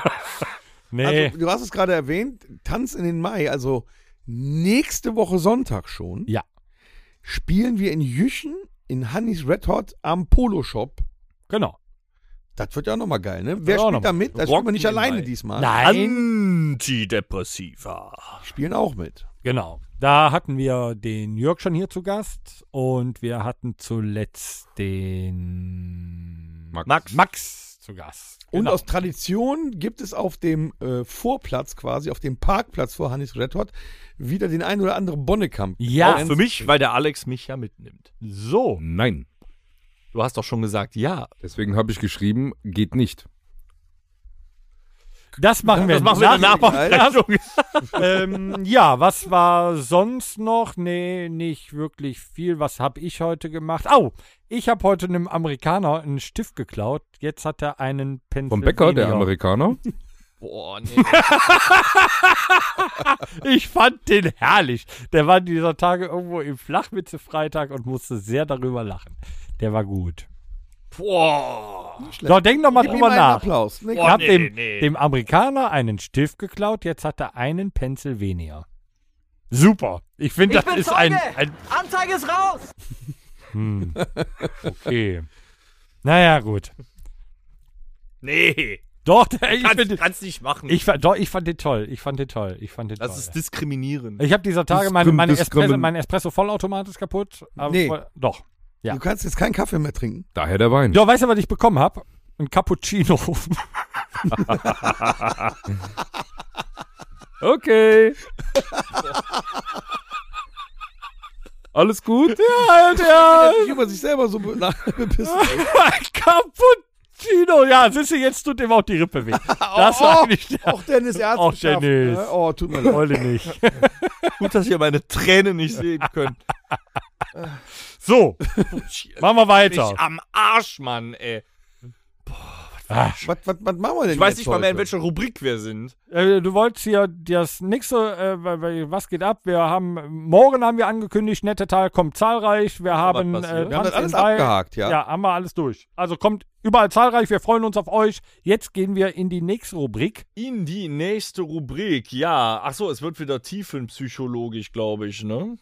<laughs> nee. Also, du hast es gerade erwähnt, Tanz in den Mai, also nächste Woche Sonntag schon. Ja. Spielen wir in Jüchen in Hannis Red Hot am Polo Shop. genau. Das wird ja auch nochmal geil, ne? Wer auch noch spielt da mal. mit? Da spielen wir Rocken nicht im alleine Mai. diesmal. Nein. Antidepressiva. Die spielen auch mit. Genau. Da hatten wir den Jörg schon hier zu Gast und wir hatten zuletzt den Max. Max zu Gast. Und Genau. aus Tradition gibt es auf dem äh, Vorplatz quasi, auf dem Parkplatz vor Hannis Red Hot, wieder den ein oder anderen Bonnekamp. Ja. Auch für mich, weil der Alex mich ja mitnimmt. so. Oh, Nein. Du hast doch schon gesagt, ja. Deswegen habe ich geschrieben, geht nicht. Das machen wir, Das machen wir in der Nachbesprechung. <laughs> ähm, ja, was war sonst noch? Nee, nicht wirklich viel. Was habe ich heute gemacht? Au, ich habe heute einem Amerikaner einen Stift geklaut. Jetzt hat er einen Pencil. Vom Bäcker, der weniger. <laughs> Amerikaner. Boah, nee. Ich fand den herrlich. Der war dieser Tage irgendwo im Flachwitze-Freitag und musste sehr darüber lachen. Der war gut. Boah. So, denk doch mal Gib ihm drüber einen nach. Applaus. ne? Nee, Ich habe Oh, nee, dem, nee. dem Amerikaner einen Stift geklaut, jetzt hat er einen Pencil weniger. Super. Ich finde, das ist ein, ein. Anzeige ist raus! Hm. Okay. Naja, gut. Nee. Doch, der, ich, Kannst, find, kannst nicht machen. ich, fa- doch, ich fand den toll. Ich fand den toll. Ich fand den das toll. ist diskriminierend. ich habe dieser Tage meine, Diskrim- meine Espresso, Diskrimin- mein Espresso-Vollautomat ist kaputt. Aber Nee. voll- Doch. Ja. Du kannst jetzt keinen Kaffee mehr trinken. Daher der Hm. Wein. Ja, weißt du, was ich bekommen habe? Ein <laughs> Cappuccino. Okay. Alles gut? ja, <laughs> ja. Nicht über sich selber so be- <laughs> nach- bepissen. Cappuccino. Ja, siehst du, jetzt tut ihm auch die Rippe <laughs> weh. Das Oh. war eigentlich der Auch Dennis, er hat's Auch geschafft, Dennis. ne? Oh, tut mir leid. Olle nicht. Gut, dass ihr meine Tränen nicht sehen <laughs> könnt. So, machen wir Ich weiter. am Arsch, Mann, ey. Ah, Was, was, was machen wir denn Ich weiß jetzt nicht mal mehr, in heute? welcher Rubrik wir sind. äh, du wolltest hier das nächste, äh, weil- weil- was geht ab? Wir haben, morgen haben wir angekündigt, nette Teil kommt zahlreich. Wir haben, was passiert? äh, Wir haben das Tanz alles in Reihe. abgehakt, ja. Ja. haben wir alles durch. Also kommt überall zahlreich. Wir freuen uns auf euch. Jetzt gehen wir in die nächste Rubrik. In die nächste Rubrik, ja. Ach so, es wird wieder tiefenpsychologisch, glaube ich, ne?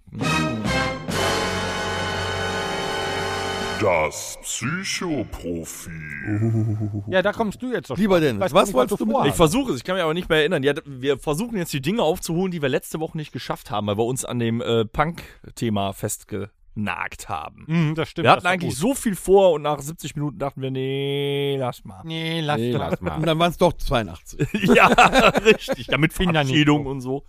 Das Psychoprofi. Ja, da kommst du jetzt doch. Lieber Ich Dennis, weiß was nicht, wolltest du mit? Ich versuche es, ich kann mich aber nicht mehr erinnern. Ja, d- wir versuchen jetzt die Dinge aufzuholen, die wir letzte Woche nicht geschafft haben, weil wir uns an dem äh, Punk-Thema festgenagt haben. Mhm, das stimmt. Wir hatten das war eigentlich gut. so viel vor und nach 70 Minuten dachten wir, nee, lass mal. Nee, lass Nee, doch. lass mal. Und dann waren es doch 82. <laughs> ja, richtig. Ja, mit Bin da nicht Verabschiedung so. und so.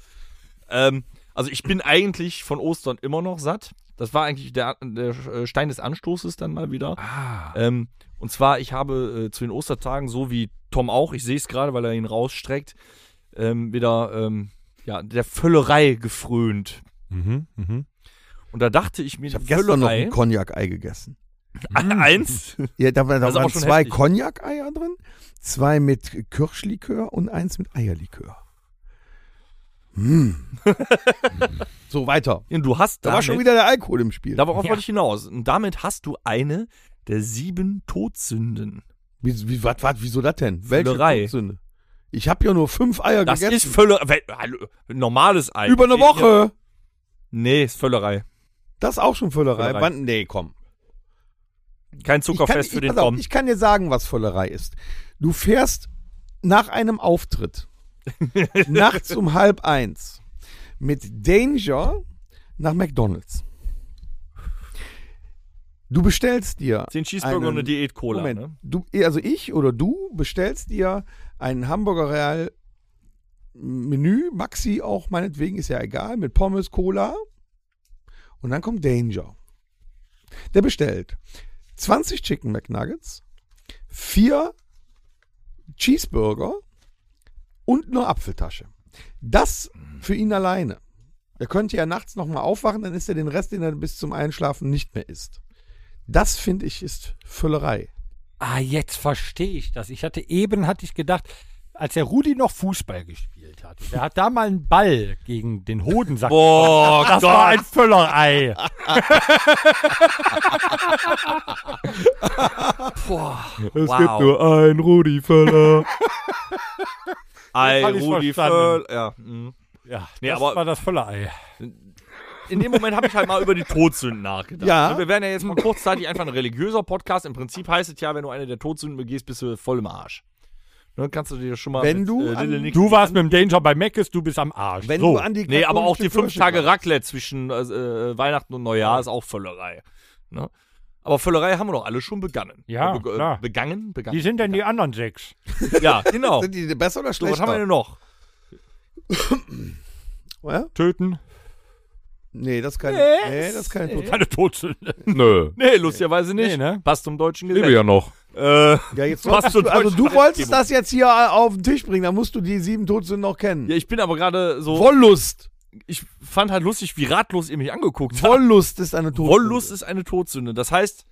Ähm, also ich bin eigentlich von Ostern immer noch satt. Das war eigentlich der, der äh, Stein des Anstoßes dann mal wieder. Ah. Ähm, und zwar, ich habe äh, zu den Ostertagen, so wie Tom auch, ich sehe es gerade, weil er ihn rausstreckt, ähm, wieder ähm, ja, der Völlerei gefrönt. Mhm, mhm. Und da dachte ich mir, Ich habe die gestern noch Völlerei, ein Cognac-Ei gegessen. <laughs> eins, Ja, da, war- Das da ist aber waren schon zwei heftig. Cognac-Eier drin, zwei mit Kirschlikör und eins mit Eierlikör. <laughs> Hm. so, weiter. Ja, du hast Da war schon damit- wieder der Alkohol im Spiel. Darauf Ja. wollte ich hinaus. Und damit hast du eine der sieben Todsünden. Wie, wie, wat, wat, wieso das denn? Welche Völlerei. Todsünde? Ich habe ja nur fünf Eier Das ist gegessen. Völlerei. Hallo, Normales Ei. Über eine Woche. Nee, ist Völlerei. Das ist auch schon Völlerei. Völlerei. Wann? Nee, komm. Kein Ich kann, Zuckerfest ich, für den pass auf, Tom. ich kann dir sagen, was Völlerei ist. Du fährst nach <laughs> einem Auftritt nachts um halb eins mit Danger nach McDonalds. Du bestellst dir Zehn Cheeseburger und eine einen- Diät Cola. Moment, Ne? du, also ich oder du bestellst dir ein Hamburger Real Menü, Maxi auch meinetwegen, ist ja egal, mit Pommes, Cola. Und dann kommt Danger. Der bestellt 20 Chicken McNuggets, vier Cheeseburger und eine Apfeltasche. Das für ihn alleine. Er könnte ja nachts nochmal aufwachen, dann isst er den Rest, den er bis zum Einschlafen nicht mehr isst. Das finde ich ist Völlerei. Ah, jetzt verstehe ich das. Ich hatte eben, hatte ich gedacht, als der Rudi noch Fußball gespielt hat, der hat da mal einen Ball gegen den Hodensack. Boah, <laughs> das war ein <laughs> Völlerei. Es wow. gibt nur ein Rudi Völler. Ei, hab ich's Rudi verstanden. Völl. Ja. mhm. Ja, Nee, das aber- war das Völlerei. In dem Moment habe ich halt mal über die Todsünden nachgedacht. Ne, Ja. Wir werden ja jetzt mal kurzzeitig einfach ein religiöser Podcast. Im Prinzip heißt es ja, wenn du eine der Todsünden begehst, bist du voll im Arsch. Ne, kannst du dir schon mal. Wenn du Äh, an- Little Nick- Du warst mit dem Danger bei Meckes, du bist am Arsch. Wenn so. du an die Nee, aber auch die katholische fünf Tage Kirche glaubst. Raclette zwischen äh, äh, Völlerei. Weihnachten und Neujahr ist auch Völlerei. Ne? Aber Völlerei haben wir doch alle schon begangen. Ja, Äh, beg- äh, klar. Begangen, Die begangen. sind denn die anderen sechs? Ja, genau. Sind die besser oder So, was schlechter? haben wir denn noch? Ja? Töten. Nee, das kann Nee, das kann ich. Keine Todsünde. Nö. Nee, lustigerweise nicht. Nee, ne? Passt zum deutschen Lebe Gesetz. ja noch. Äh, Ja, jetzt Passt zur <laughs> also du deutschen wolltest Gesetzgebung. das jetzt hier äh, auf den Tisch bringen, da musst du die sieben Todsünden noch kennen. ja, ich bin aber gerade so. Wollust. ich fand halt lustig, wie ratlos ihr mich angeguckt habt. Wollust ist eine Todsünde. Wollust ist eine Todsünde. Das heißt,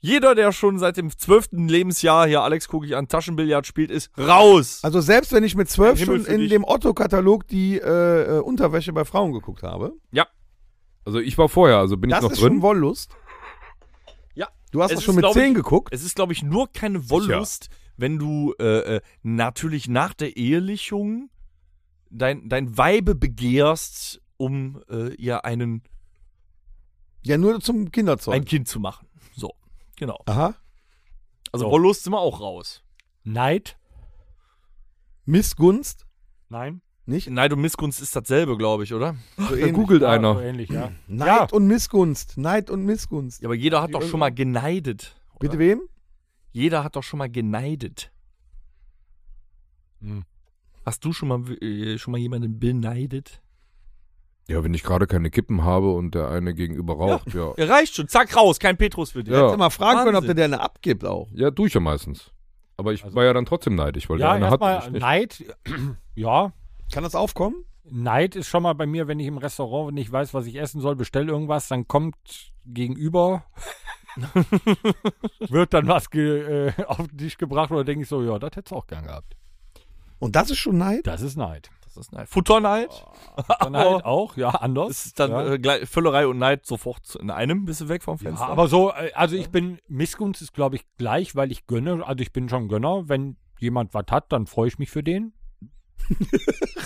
jeder, der schon seit dem zwölften Lebensjahr hier Alex gucke ich an Taschenbillard spielt, ist raus. Also selbst wenn ich mit zwölf Himmel schon für in dich. dem Otto-Katalog die äh, äh, Unterwäsche bei Frauen geguckt habe, Also ich war vorher, also bin das ich noch ist schon drin. Wollust. Ja. Du hast Es auch schon ist, mit glaub ich- 10 geguckt. Es ist, glaube ich, nur keine Wollust, wenn du äh, äh, natürlich nach der Ehelichung dein, dein Weibe begehrst, um äh, ihr einen, Ja, nur zum Kinderzeug. ein Kind zu machen. So, genau. Aha. Also So. Wollust sind wir auch raus. Neid? Missgunst. Nein. Nicht? Neid und Missgunst ist dasselbe, glaube ich, oder? So Da ähnlich. googelt Ja, So einer. ähnlich, ja. Neid Ja. und Missgunst. Neid und Missgunst. Ja, aber jeder hat doch schon mal geneidet. Oder? Bitte wem? Jeder hat doch schon mal geneidet. Hm. Hast du schon mal, äh, schon mal jemanden beneidet? Ja, wenn ich gerade keine Kippen habe und der eine gegenüber raucht, ja. Ja, reicht schon. Zack, raus. Kein Petrus für dich. Ja. Hätte mal fragen können, ob der Wahnsinn. dir eine abgibt auch. Ja, tue ich ja meistens. Aber ich war ja dann trotzdem neidisch, weil Ja, der eine hat. und erstmal ich nicht. Neid. <clears throat> Ja, Kann das aufkommen? Neid ist schon mal bei mir, wenn ich im Restaurant nicht weiß, was ich essen soll, bestell irgendwas, dann kommt gegenüber, <laughs> wird dann was ge, äh, auf den Tisch gebracht oder denke ich so, ja, das hättest du auch gern gehabt. Und das ist schon Neid? Das ist Neid. Das ist Neid. Futterneid. Dann halt auch, ja, anders. Das ist dann ja. äh, gleich Völlerei und Neid sofort in einem. Bist du weg vom ja, Fenster. aber so, äh, also ich bin, Missgunst ist, glaube ich, gleich, weil ich gönne, also ich bin schon Gönner, wenn jemand was hat, dann freue ich mich für <laughs> den.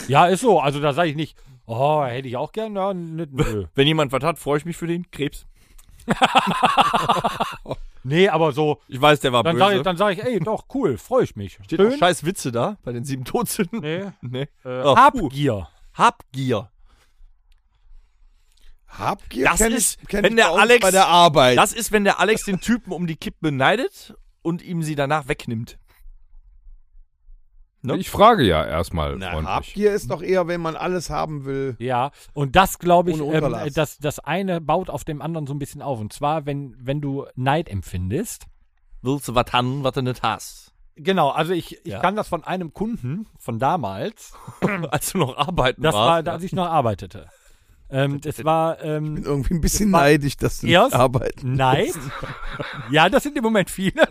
ja, ist so, also da sage ich nicht, oh, hätte ich auch gern, ja, nö, <laughs> nö. Wenn jemand was hat, freue ich mich für den. Krebs. Nee, aber so, Ich weiß, der war Dann böse. sage ich, dann sag ich, ey, doch, cool, freue ich mich. Steht auch scheiß Witze da bei den sieben Todsünden. Nee. Nee. Äh, Oh, Habgier. Habgier. Habgier Das kenn ist, ich, kenn wenn ich der bei uns Alex- bei der Arbeit. Das ist, wenn der Alex den Typen um die Kippe beneidet und ihm sie danach wegnimmt. Ne? Ich frage ja erstmal Na, freundlich. Habgier ist doch eher, wenn man alles haben will. Ja, und das glaube ich, Ohne ähm, Unterlass. das, das eine baut auf dem anderen so ein bisschen auf. Und zwar, wenn, wenn du Neid empfindest. Willst du was haben, was du nicht hast? Genau, also ich, ich Ja. kann das von einem Kunden von damals, Als du noch arbeiten Hm. das war, warst. da, als ich noch arbeitete. Ähm, das war <laughs> ähm, Irgendwie ein bisschen neidisch, dass du Erst- nicht arbeiten. Neid. ja, das sind im Moment viele.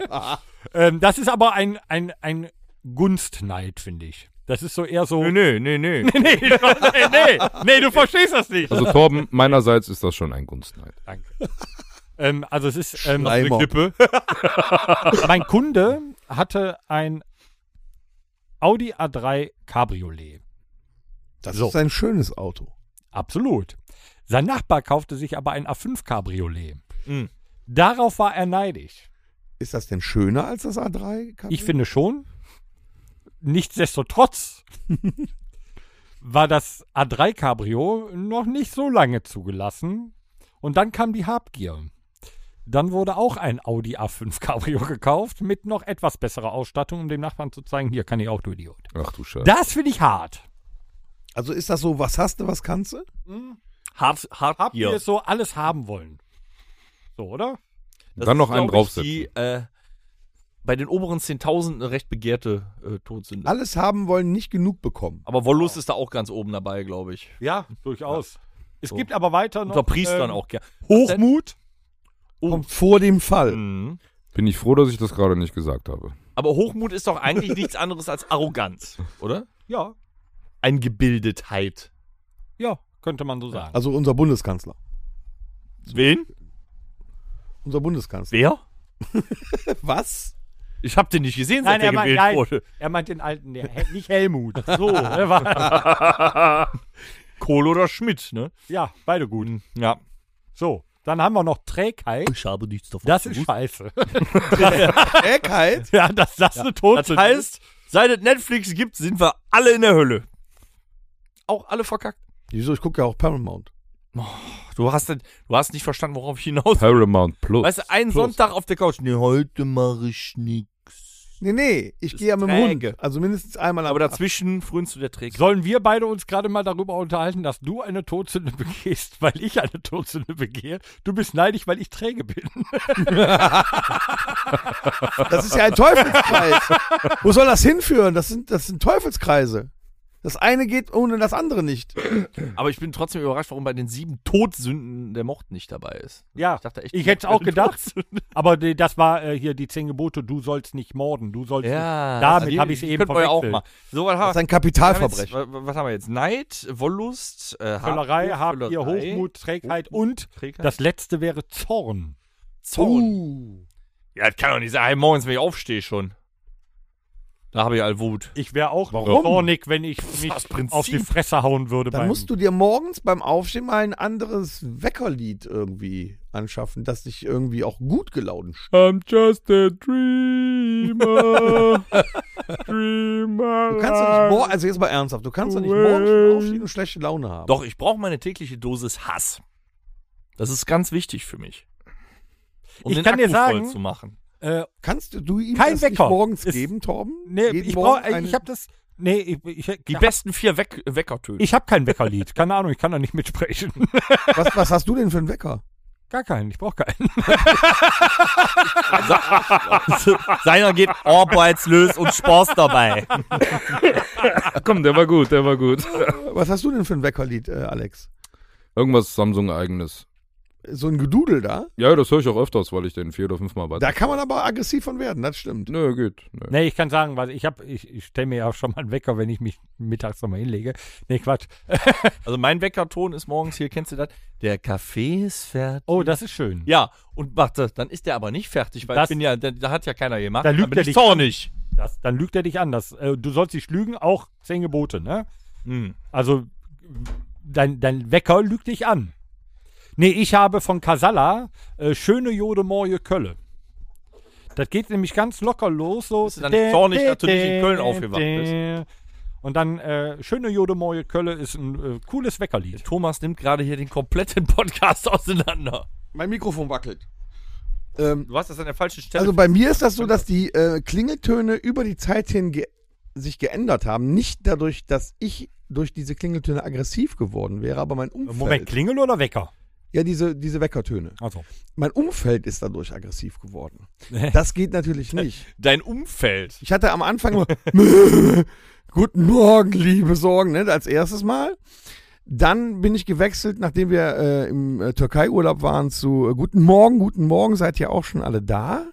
ähm, das ist aber ein, ein, ein Gunstneid, finde ich. Das ist so eher <laughs> so. Nö, nö, nö, nö. nee, <laughs> nee, nee, nee, du verstehst das nicht. Also Torben, <laughs> meinerseits ist das schon ein Gunstneid. <laughs> Ähm, also es ist ähm, Schleimer. <laughs> mein Kunde hatte ein Audi A3 Cabriolet. Das ist ein schönes Auto. Absolut. Sein Nachbar kaufte sich aber ein A5 Cabriolet. Mhm. Darauf war er neidisch. Ist das denn schöner als das A3? Kaffee? Ich finde schon. <laughs> Nichtsdestotrotz war das A3 Cabrio noch nicht so lange zugelassen. Und dann kam die Habgier. Dann wurde auch ein Audi A5 Cabrio gekauft mit noch etwas besserer Ausstattung, um dem Nachbarn zu zeigen, hier kann ich auch, du Idiot. Ach du Scheiße. Das finde ich hart. also ist das so, was hast du, was kannst du? Hart, hart Habt hier. ihr so alles haben wollen? So, oder? Das Dann noch ist, einen glaub ich, draufsetzen. Die, äh, bei den oberen 10.000 eine recht begehrte äh, Todsünde. Alles haben wollen, nicht genug bekommen. Aber Wollust ist da auch ganz oben dabei, glaube ich. Ja, durchaus. Es So. gibt aber weiter noch. Unter Priestern ähm, auch gerne. Hochmut. Oh. Kommt vor dem Fall. Mhm. Bin ich froh, dass ich das gerade nicht gesagt habe. Aber Hochmut ist doch eigentlich nichts anderes als Arroganz, <laughs> oder? Ja, Eingebildetheit. ja, könnte man so sagen. Also unser Bundeskanzler. Wen? Unser Bundeskanzler. Wer? Was? Ich hab den nicht gesehen, seit Nein, er er meint, gewählt nein, wurde. er meint den alten, der, Hel- nicht Helmut. So, <laughs> er war- Kohl oder Schmidt, ne? ja, beide gut. Mhm, Ja. So, dann haben wir noch Trägheit. Ich habe nichts davon. Das ist scheiße. <laughs> <laughs> Eckheit? ja, dass das eine Das Todsünde ist. heißt, seit es Netflix gibt, sind wir alle in der Hölle. Auch alle verkackt. Wieso? Ich gucke ja auch Paramount. du hast, das- du hast nicht verstanden, worauf ich hinaus will. Paramount Plus. Weißt du, einen Sonntag auf der Couch. Nee, heute mache ich nix. Nee, nee, ich gehe ja mit dem träge. Hund. Also mindestens einmal am Aber dazwischen frönst du der Träger. Sollen wir beide uns gerade mal darüber unterhalten, dass du eine Todsünde <laughs> begehst, weil ich eine Todsünde begehe? Du bist neidisch, weil ich träge bin. <laughs> Das ist ja <laughs> ein Teufelskreis. Wo soll das hinführen? Das sind, das sind Teufelskreise. Das eine geht ohne das andere nicht. Aber ich bin trotzdem überrascht, warum bei den sieben Todsünden der Mord nicht dabei ist. Ja, Ich dachte echt. ich hätte es auch gedacht. Aber die- das war äh, hier die zehn Gebote, du sollst nicht morden, du sollst Ja, nicht. Damit habe ich es das eben könnten wir ja auch verwechselt. mal. So, was, Das ist haben, ein Kapitalverbrechen. Was, was haben wir jetzt? Neid, Wollust, äh, Völlerei, Habgier, Völlerei, Hochmut, Trägheit und Trägheit, das letzte wäre Zorn. Zorn. Uh. Ja, das kann doch nicht sein. Hey, morgens, wenn ich aufstehe schon. Da habe ich all Wut. Ich wäre auch Warum? zornig, wenn ich mich aus Prinzip. auf die Fresse hauen würde. Dann beim- musst du dir morgens beim Aufstehen mal ein anderes Weckerlied irgendwie anschaffen, das dich irgendwie auch gut gelaunt I'm stimmt. just a <laughs> dreamer. dreamer. Du kannst doch nicht morgen, also jetzt mal ernsthaft, du kannst doch nicht morgens schon aufstehen und schlechte Laune haben. Doch, ich brauche meine tägliche Dosis Hass. Das ist ganz wichtig für mich. Um Ich den kann Akku dir sagen- voll zu machen. äh, Kannst du ihm Kein das nicht Wecker. morgens Ist- geben, Torben? nee, Jeden ich Morgen brauche, eine- ich habe das. Nee, ich, ich, Die ich, besten vier Weck Weckertöne. ich habe kein Weckerlied. Keine Ahnung, ich kann da nicht mitsprechen. <laughs> was, was hast du denn für einen Wecker? Gar keinen, ich brauche keinen. <laughs> Seiner geht arbeitslös und Spaß dabei. Komm, der war gut, der war gut. Was hast du denn für ein Weckerlied, äh, Alex? <laughs> Irgendwas Samsung-eigenes. So ein Gedudel da? Ja, das höre ich auch öfters, weil ich den vier oder fünfmal bei. Da kann man aber aggressiv von werden, das stimmt. Nö, geht. Nö. Nee, ich kann sagen, weil ich habe, ich, ich stelle mir ja schon mal einen Wecker, wenn ich mich mittags nochmal hinlege. Nee, Quatsch. Also mein Weckerton ist morgens hier, kennst du das? Der Kaffee ist fertig. Oh, das ist schön. Ja, und warte, dann ist der aber nicht fertig, weil Das- ich bin ja, da, da hat ja keiner gemacht. Da lügt dann bin er ich dich zornig. Das, dann lügt er dich an. Das, äh, du sollst dich lügen, auch zehn Gebote, ne? Hm. Also, dein, dein Wecker lügt dich an. Nee, ich habe von Casalla äh, schöne Jode Morje Kölle. Das geht nämlich ganz locker los. So. Bist du dann nicht zornig, dass du nicht in Köln aufgewacht bist? Und dann äh, schöne Jode Morje Kölle ist ein äh, cooles Weckerlied. Thomas nimmt gerade hier den kompletten Podcast auseinander. Mein Mikrofon wackelt. Ähm, Du hast das an der falschen Stelle. also bei mir ist das so, dass die äh, Klingeltöne über die Zeit hin ge sich geändert haben. Nicht dadurch, dass ich durch diese Klingeltöne aggressiv geworden wäre, aber mein Umfeld. Moment, Klingel oder Wecker? Ja, diese, diese Weckertöne. Also. Mein Umfeld ist dadurch aggressiv geworden. Das geht natürlich nicht. Dein Umfeld. Ich hatte am Anfang nur Guten Morgen, liebe Sorgen, ne, als erstes Mal. Dann bin ich gewechselt, nachdem wir äh, im äh, Türkei-Urlaub waren, zu äh, Guten Morgen, Guten Morgen, seid ihr auch schon alle da?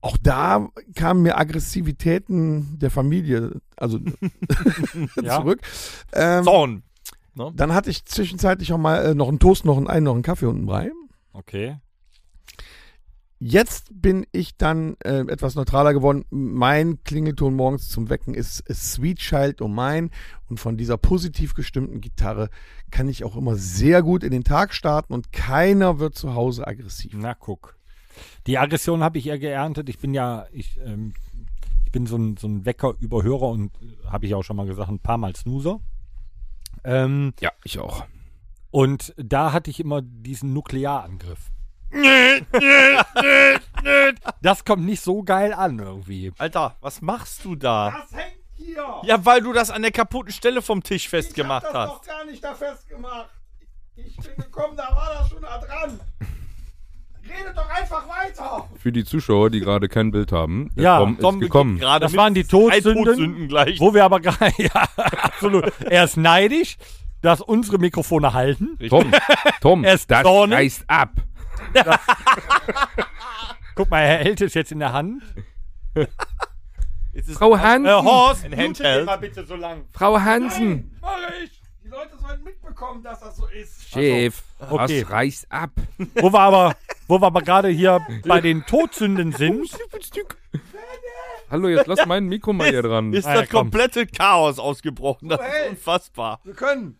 Auch da kamen mir Aggressivitäten der Familie, also Ja. <laughs> zurück. Ähm, Zorn. Dann hatte ich zwischenzeitlich auch mal äh, noch einen Toast, noch einen Ei, noch einen Kaffee und einen Brei. Okay. Jetzt bin ich dann äh, etwas neutraler geworden. Mein Klingelton morgens zum Wecken ist, ist Sweet Child Oh Mine. Und von dieser positiv gestimmten Gitarre kann ich auch immer sehr gut in den Tag starten und keiner wird zu Hause aggressiv. Na guck. Die Aggression habe ich ja geerntet. Ich bin ja, ich, ähm, ich bin so ein, so ein Wecker-Überhörer und äh, habe ich auch schon mal gesagt, ein paar Mal Snoozer. Ähm, Ja, ich auch. und da hatte ich immer diesen Nuklearangriff. das kommt nicht so geil an irgendwie. Alter, was machst du da? Das hängt hier. Ja, weil du das an der kaputten Stelle vom Tisch festgemacht hast. gar nicht da festgemacht. Ich bin gekommen, da war das schon da dran. Redet doch einfach weiter. Für die Zuschauer, die gerade kein Bild haben, der Ja, Tom ist Tom gekommen. geht Gerade Das mit waren die drei Todsünden, Todsünden gleich. wo wir aber gerade, <laughs> ja, absolut. Er ist neidisch, dass unsere Mikrofone halten. Tom, Tom, Er ist das zornig. reißt ab. Guck mal, er hält es jetzt in der Hand. Jetzt <laughs> ist Äh, Frau Hansen, Horst, ein mutet Handheld. den mal bitte so lang. Frau Hansen, Die Leute sollen mitbekommen, dass das so ist. Chef, Okay. das reißt ab. Wo wir aber, wo wir aber gerade hier bei den Todsünden sind. Hallo, jetzt lass mein Mikro mal hier dran. Ist Ah, das komm. komplette Chaos ausgebrochen. Das ist unfassbar. Wir können.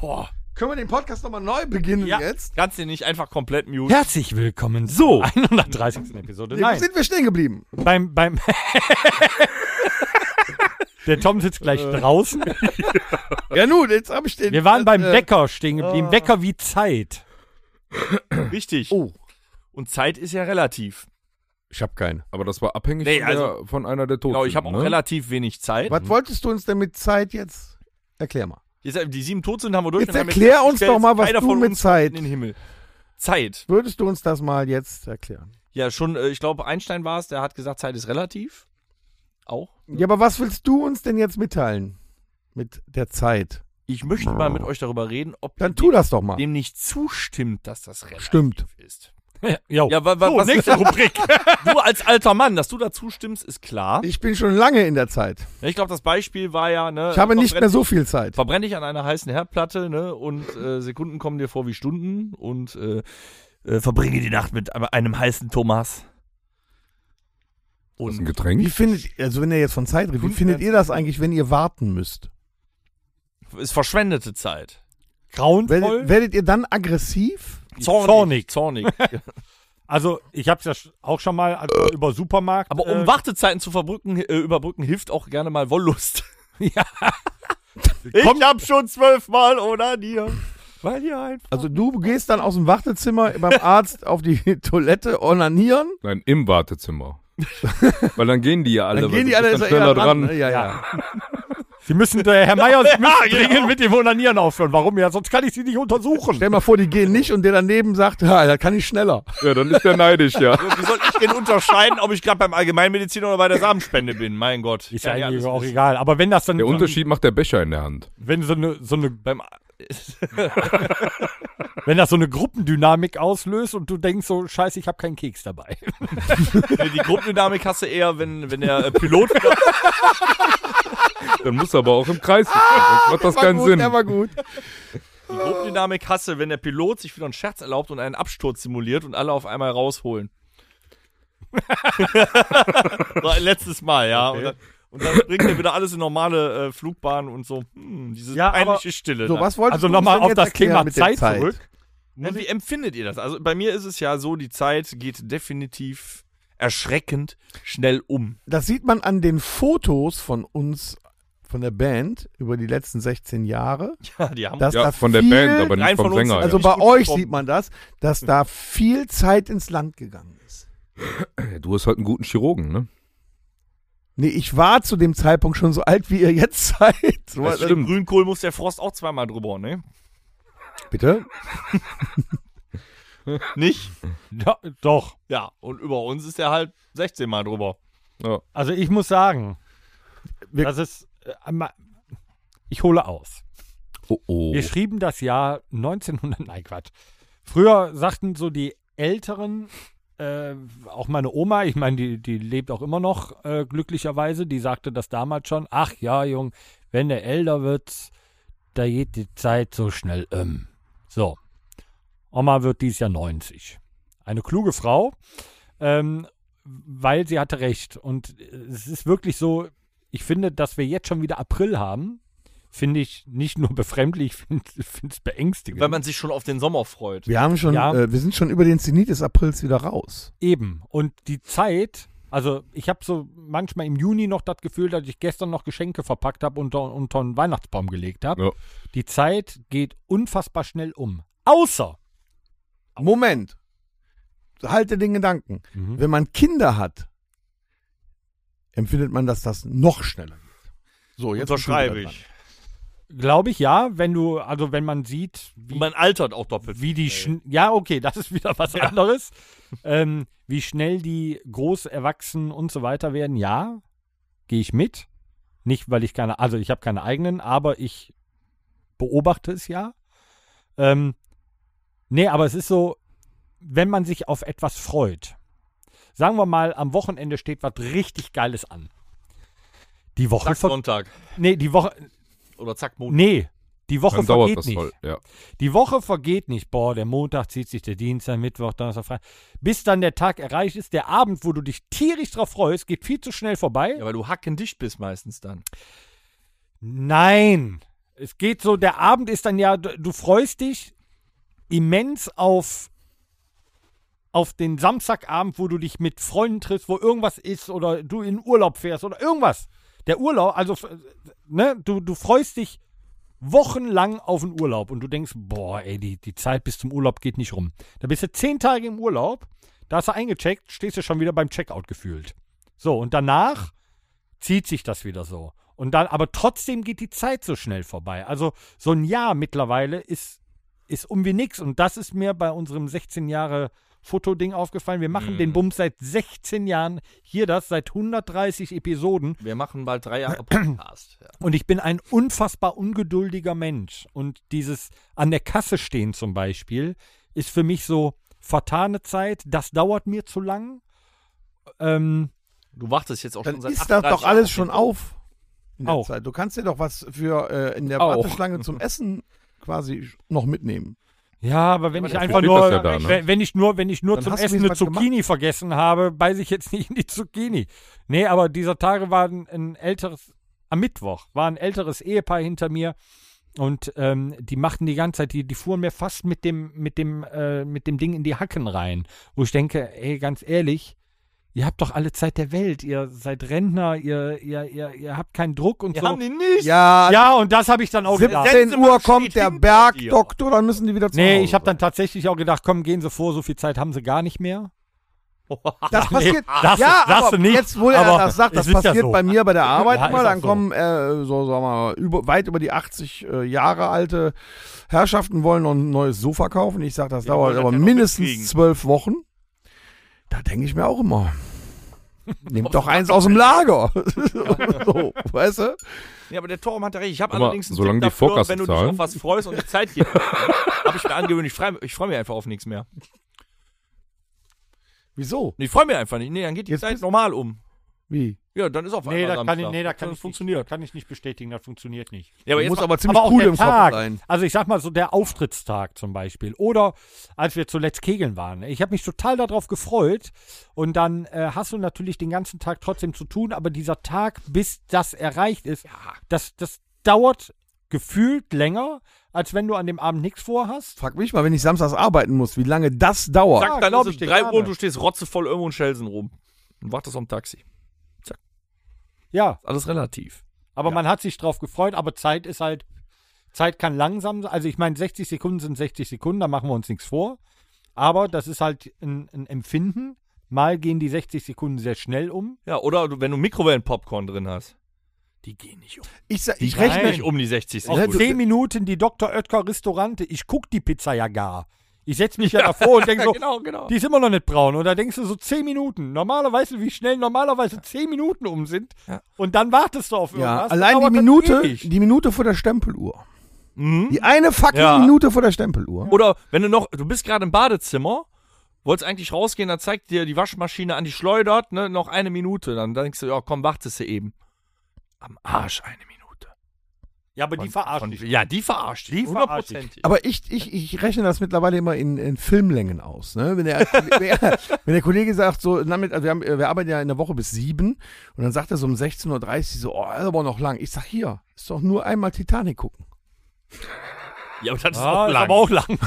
Boah. Können wir den Podcast nochmal neu beginnen Ja, jetzt? kannst du nicht einfach komplett muten. Herzlich willkommen so 130. Episode. Nein. Nein, Sind wir stehen geblieben? beim beim Der Tom sitzt gleich draußen. Ja, nun, jetzt habe ich den. Wir waren beim äh, Wecker stehen geblieben. Wecker wie Zeit. Richtig. Oh, Und Zeit ist ja relativ. ich habe keinen. Aber das war abhängig Nee, von, der, von einer der Toten. Genau, ich habe auch ne? relativ wenig Zeit. Was wolltest du uns denn mit Zeit jetzt? Erklär mal. Jetzt, äh, Die sieben tot sind, haben wir durch. Jetzt und haben erklär uns festgestellt, doch mal, was keiner du von mit uns Zeit- kommt In den Himmel. Zeit. Würdest du uns das mal jetzt erklären? Ja, schon, äh, ich glaube, Einstein war es, der hat gesagt, Zeit ist relativ. Auch. Ja, aber was willst du uns denn jetzt mitteilen? Mit der Zeit. Ich möchte mal mit euch darüber reden, ob Dann ihr tu das doch mal. dem nicht zustimmt, dass das relativ Stimmt. ist. Jo. Ja, wa, wa, So, was nächste Rubrik. Du als alter Mann, dass du dazu stimmst, ist klar. Ich bin schon lange in der Zeit. Ja, Ich glaube, das Beispiel war ja, Äh, ne, Ich habe nicht verbrenn- mehr so viel Zeit. Verbrenne dich an einer heißen Herdplatte, ne, und äh, Sekunden kommen dir vor wie Stunden und äh, äh, verbringe die Nacht mit einem- einem heißen Thomas. Ist ein Und Wie Getränk? findet, also wenn ihr jetzt von Zeit redet, wie Fünf findet Minuten. ihr das eigentlich, wenn ihr warten müsst? ist verschwendete Zeit. Grauenvoll. Werdet, werdet ihr dann aggressiv? Zornig. Zornig. Also, ich habe es ja sch- auch schon mal als wir über Supermarkt. äh, Aber um Wartezeiten zu verbrücken, äh, überbrücken, hilft auch gerne mal Wollust. Ja. Ich hab schon zwölfmal oder dir. Weil ihr einfach. Also du gehst dann aus dem Wartezimmer beim Arzt auf die <laughs> Toilette onanieren, Nein, im Wartezimmer. Weil dann gehen die ja alle. dann weil gehen du die alle bist dann ist er schneller eher dran. ne? Ja, ja. Sie müssen, der Herr Meier, Sie müssen dringend mit dem Onanieren aufhören. Warum ja? Sonst kann ich Sie nicht untersuchen. Stell mal vor, die gehen nicht und der daneben sagt, <laughs> ja, da kann ich schneller. Ja, dann ist der neidisch, ja. Wie soll ich denn unterscheiden, ob ich gerade beim Allgemeinmediziner oder bei der Samenspende bin? Mein Gott. Ist ja Kann eigentlich alles auch wissen. egal. Aber wenn das dann, Der Unterschied macht der Becher in der Hand. wenn so eine, so eine, Beim A- <laughs> wenn das so eine Gruppendynamik auslöst und du denkst so, scheiße, ich habe keinen Keks dabei. die Gruppendynamik hast du eher, wenn, wenn der äh, Pilot. Dann muss er aber auch im Kreis. sitzen, Sonst macht das War keinen gut, Sinn. Der war gut. Die Gruppendynamik hasse, wenn der Pilot sich wieder einen Scherz erlaubt und einen Absturz simuliert und alle auf einmal <laughs> rausholen. so ein letztes Mal, ja. Und, dann, und dann bringt er wieder alles in normale äh, Flugbahn und so. Hm, diese Ja, aber- peinliche Stille. So, dann. was wolltest Also du nochmal uns denn auf jetzt das erklären Thema mit der Zeit, zurück. Ja, wie empfindet ihr das? Also bei mir ist es ja so, die Zeit geht definitiv erschreckend schnell um. Das sieht man an den Fotos von uns, von der Band, über die letzten 16 Jahre. <laughs> Ja, die haben Dass Ja, da von der viel, Band, aber nicht rein von vom uns Sänger. ist- Also Also, nicht gut bei euch gekommen. sieht man das, dass da viel Zeit ins Land gegangen ist. ja. Du hast halt einen guten Chirurgen, ne? Nee, ich war zu dem Zeitpunkt schon so alt, wie ihr jetzt <laughs> seid. So, das stimmt. Grünkohl muss der Frost auch zweimal drüber, ne? Bitte? Nicht? Ja, doch. Ja, und über uns ist er halt 16 Mal drüber. Also ich muss sagen, Wir- das ist, äh, ma- ich hole aus. Oh, oh. Wir schrieben das Jahr 1900, nein Quatsch. Früher sagten so die Älteren, äh, auch meine Oma, ich meine, die, die lebt auch immer noch, äh, glücklicherweise, die sagte das damals schon, ach ja, Jung, wenn der älter wird, da geht die Zeit so schnell um. So, Oma wird dieses Jahr 90. Eine kluge Frau, ähm, weil sie hatte recht. Und äh, es ist wirklich so, ich finde, dass wir jetzt schon wieder April haben, finde ich nicht nur befremdlich, <laughs> ich finde es beängstigend. Weil man sich schon auf den Sommer freut. Wir haben schon, Ja. äh, wir sind schon über den Zenit des Aprils wieder raus. Eben. Und die Zeit, also ich habe so manchmal im Juni noch das Gefühl, dass ich gestern noch Geschenke verpackt habe und unter, unter einen Weihnachtsbaum gelegt habe. Ja. Die Zeit geht unfassbar schnell um. Außer. Moment. Halte den Gedanken. Wenn man Kinder hat, empfindet man, dass das noch schneller geht. So, jetzt Unterschreibe bist du wieder ich. Glaube ich ja, wenn du, also wenn man sieht, wie, Und man altert auch doppelt. wie Äh. die, schn ja okay, das ist wieder <laughs> was anderes, ähm, wie schnell die groß erwachsen und so weiter werden, ja, gehe ich mit. Nicht, weil ich keine, also ich habe keine eigenen, aber ich beobachte es ja. Ähm, nee, aber es ist so, wenn man sich auf etwas freut. Sagen wir mal, am Wochenende steht was richtig Geiles an. Die Woche, Zack ver Sonntag. nee, die Woche, Oder zack Montag. nee, die Woche Dann dauert vergeht das nicht. voll. Ja. Die Woche vergeht nicht. Boah, der Montag zieht sich der Dienstag, Mittwoch, Donnerstag, Freitag. Bis dann der Tag erreicht ist, der Abend, wo du dich tierisch drauf freust, geht viel zu schnell vorbei. Ja, weil du hackendicht bist meistens dann. Nein. Es geht so, der Abend ist dann ja, du, du freust dich immens auf, auf den Samstagabend, wo du dich mit Freunden triffst, wo irgendwas ist oder du in Urlaub fährst oder irgendwas. Der Urlaub, also, f- ne, du, du freust dich wochenlang auf den Urlaub und du denkst, boah, ey, die, die Zeit bis zum Urlaub geht nicht rum. Da bist du zehn Tage im Urlaub, da hast du eingecheckt, stehst du schon wieder beim Checkout gefühlt. So, und danach zieht sich das wieder so. Und dann, aber trotzdem geht die Zeit so schnell vorbei. Also so ein Jahr mittlerweile ist, ist um wie nix. Und das ist mir bei unserem 16 Jahre Fotoding aufgefallen. Wir machen den Bums seit 16 Jahren. Hier das seit 130 Episoden. Wir machen bald drei Jahre Podcast. Ja. Und ich bin ein unfassbar ungeduldiger Mensch. Und dieses an der Kasse stehen zum Beispiel ist für mich so vertane Zeit. Das dauert mir zu lang. Ähm, Du wartest jetzt auch Dann schon seit ist das 38 doch alles Jahren. schon auf. In der Auch. Zeit. Du kannst dir doch was für äh, in der Auch. Warteschlange zum Essen quasi noch mitnehmen. Ja, aber wenn ich das einfach steht nur, das ja da, ne? wenn- wenn ich nur, wenn ich nur Dann zum hast du Essen wenigstens eine was gemacht. Zucchini vergessen habe, beiße ich jetzt <laughs> nicht in die Zucchini. Nee, aber dieser Tage war ein, ein älteres, am Mittwoch war ein älteres Ehepaar hinter mir und ähm, die machten die ganze Zeit, die, die fuhren mir fast mit dem, mit dem, äh, mit dem Ding in die Hacken rein, wo ich denke, ey, ganz ehrlich, ihr habt doch alle Zeit der Welt, ihr seid Rentner, ihr, ihr, ihr, ihr habt keinen Druck und Wir so. haben die nicht. Ja, ja, und das habe ich dann auch gedacht. 17 Letzte Uhr Mal kommt steht der hinter Bergdoktor, dann müssen die wieder zu Nee, Hause ich habe sein. dann tatsächlich auch gedacht, komm, gehen Sie vor, so viel Zeit haben Sie gar nicht mehr. <laughs> Das passiert. das- ja, das aber nicht, jetzt, wo er aber das sagt, das es ist ja passiert so. bei mir bei der Arbeit Ja, mal. ist auch Dann so. kommen, äh, so sagen wir mal, über, weit über die 80 äh, Jahre alte Herrschaften wollen noch ein neues Sofa kaufen. Ich sage, das Ja, wollen dauert das aber ja noch mitkriegen. mindestens zwölf Wochen. Da denke ich mir auch <laughs> immer. Nehmt doch eins aus dem Lager. <laughs> so, weißt du? Ja, aber der Torben hat ja recht. Ich habe Guck mal, allerdings einen solange Tipp die Vorkasse wenn du dich zahlen. auf was freust und die Zeit <laughs> hier habe ich mir angewöhnt, ich freue ich freu mich einfach auf nichts mehr. Wieso? Ich freue mich einfach nicht. Nee, dann geht die Jetzt Zeit bist- normal um. Wie? Ja, dann ist auf Nee, einmal da kann ich, Samstag. nee, da kann das ich funktioniert. Nicht, kann ich nicht bestätigen, das funktioniert nicht. Ja, aber Du jetzt musst mal- aber ziemlich auch cool der im Kopf Tag, sein. also ich sag mal so der Auftrittstag zum Beispiel oder als wir zuletzt Kegeln waren. Ich habe mich total darauf gefreut und dann äh, hast du natürlich den ganzen Tag trotzdem zu tun, aber dieser Tag, bis das erreicht ist, das, das dauert gefühlt länger, als wenn du an dem Abend nichts vorhast. Frag mich mal, wenn ich samstags arbeiten muss, wie lange das dauert. Ja, Zack, dann Ah, glaub ist ich es dir 3 Uhr gerne. und du stehst rotzevoll irgendwo in Schelsen rum. Und wartest auf ein Taxi. Ja, Alles relativ. aber man hat sich drauf gefreut, aber Zeit ist halt Zeit kann langsam sein. Also ich meine, 60 Sekunden sind 60 Sekunden, da machen wir uns nichts vor. Aber das ist halt ein, ein Empfinden. Mal gehen die 60 Sekunden sehr schnell um. Ja, oder du, wenn du Mikrowellen-Popcorn drin hast. Die gehen nicht um. Ich, sa- Die ich rechne gehen nicht um die 60 Auch Ja, Sekunden. du- 10 Minuten die Dr. Oetker Restaurante. Ich gucke die Pizza ja gar. Ich setze mich ja, davor und denke so, genau, genau. die ist immer noch nicht braun. Und da denkst du so 10 Minuten. Normalerweise, wie schnell normalerweise 10 Minuten um sind. Ja. Und dann wartest du auf Ja, irgendwas. allein die Dauert das Minute, ewig. die Minute vor der Stempeluhr. Mhm. Die eine fucking Ja. Minute vor der Stempeluhr. Oder wenn du noch, du bist gerade im Badezimmer, wolltest eigentlich rausgehen, dann zeigt dir die Waschmaschine an, die schleudert, ne, noch eine Minute. Dann denkst du, ja, komm, wartest du eben. Am Arsch eine Minute. Ja, aber die verarscht dich. Ja, die verarscht dich. Die verarscht dich. Hundertprozentig. Aber ich, ich, ich rechne das mittlerweile immer in, in Filmlängen aus. Ne? <laughs> Wenn, der, wenn der Kollege sagt, so, damit, also wir, haben, wir arbeiten ja in der Woche bis sieben und dann sagt er so um 16.30 Uhr so, oh, das ist aber noch lang. Ich sag, hier, ist doch nur einmal Titanic gucken. Ja, aber das ist Ah, auch ist lang. aber auch lang.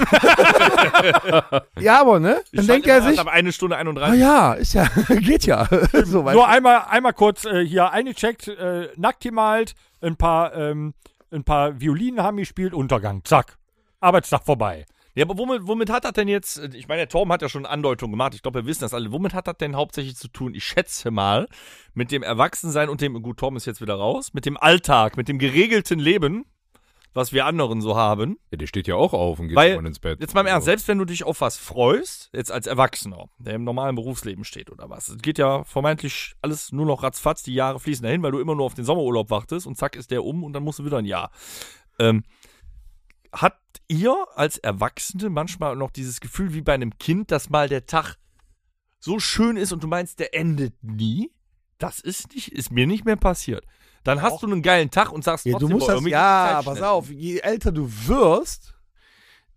Ja, aber ne? Ich Dann stand denkt immer er erst sich, ab eine Stunde ah 31. ja, ist ja, <laughs> geht ja. so, weißt Nur einmal, einmal kurz äh, hier eingecheckt, äh, nackt gemalt, ein paar, ähm, ein paar Violinen haben gespielt, Untergang, zack. Arbeitstag vorbei. Ja, aber womit, womit hat das denn jetzt, äh, ich meine, der Torben hat ja schon Andeutungen gemacht, ich glaube, wir wissen das alle, womit hat das denn hauptsächlich zu tun, ich schätze mal, mit dem Erwachsensein und dem, gut, Torben ist jetzt wieder raus, mit dem Alltag, mit dem geregelten Leben, was wir anderen so haben. Ja, der steht ja auch auf und geht Weil- irgendwann ins Bett. Jetzt mal im Ernst, Also, selbst wenn du dich auf was freust, jetzt als Erwachsener, der im normalen Berufsleben steht oder was, es geht ja vermeintlich alles nur noch ratzfatz, die Jahre fließen dahin, weil du immer nur auf den Sommerurlaub wartest und zack ist der um und dann musst du wieder ein Jahr. Ähm, habt ihr als Erwachsene manchmal noch dieses Gefühl wie bei einem Kind, dass mal der Tag so schön ist und du meinst, der endet nie? Das ist nicht, ist mir nicht mehr passiert. Dann hast du einen geilen Tag und sagst, Ja, du trotzdem, musst boah, das, irgendwie geht die ja, Zeit pass schnell. auf, je älter du wirst,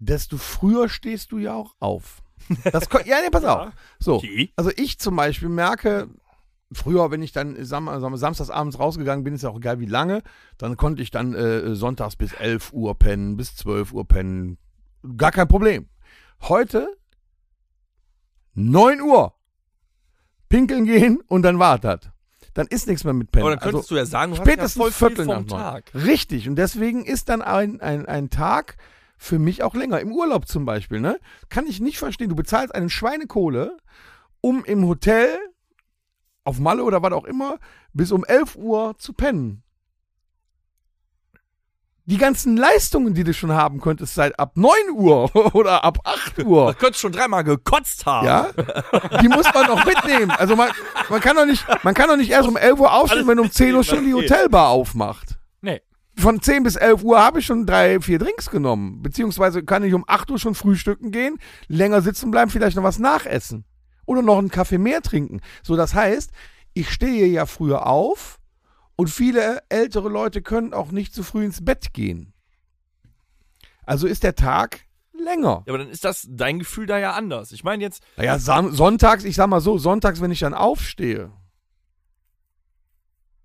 desto früher stehst du ja auch auf. Das, ko- ja, nee, pass auf. So, Okay. also ich zum Beispiel merke, früher, wenn ich dann sam sam samstagsabends rausgegangen bin, ist ja auch egal wie lange, dann konnte ich dann äh, sonntags bis 11 Uhr pennen, bis 12 Uhr pennen, gar kein Problem. Heute 9 Uhr pinkeln gehen und dann wartet. dann ist nichts mehr mit Pennen. Aber dann Also- könntest du ja sagen, du hast ja Spätestens voll viel Viertel nach vom neun. Tag. Richtig. Und deswegen ist dann ein, ein, ein Tag für mich auch länger. Im Urlaub zum Beispiel, ne? Kann ich nicht verstehen. Du bezahlst einen Schweinekohle, um im Hotel, auf Malle oder was auch immer, bis um 11 Uhr zu pennen. Die ganzen Leistungen, die du schon haben könntest, seit ab 9 Uhr <laughs> oder ab 8 Uhr. Du könntest schon dreimal gekotzt haben. Oh. Ja, die muss man doch mitnehmen. Also man, man, kann doch nicht, man kann doch nicht erst um 11 Uhr aufstehen, Alles wenn um 10 Uhr schon die mitnehmen, was geht. Hotelbar aufmacht. Nee. Von 10 bis 11 Uhr habe ich schon drei, vier Drinks genommen. Beziehungsweise kann ich um 8 Uhr schon frühstücken gehen, länger sitzen bleiben, vielleicht noch was nachessen. Oder noch einen Kaffee mehr trinken. So, das heißt, ich stehe ja früher auf und viele ältere Leute können auch nicht zu früh ins Bett gehen. Also ist der Tag länger. Ja, aber dann ist das dein Gefühl da ja anders. Ich meine jetzt, Naja, Sam sonntags, ich sag mal so, sonntags, wenn ich dann aufstehe,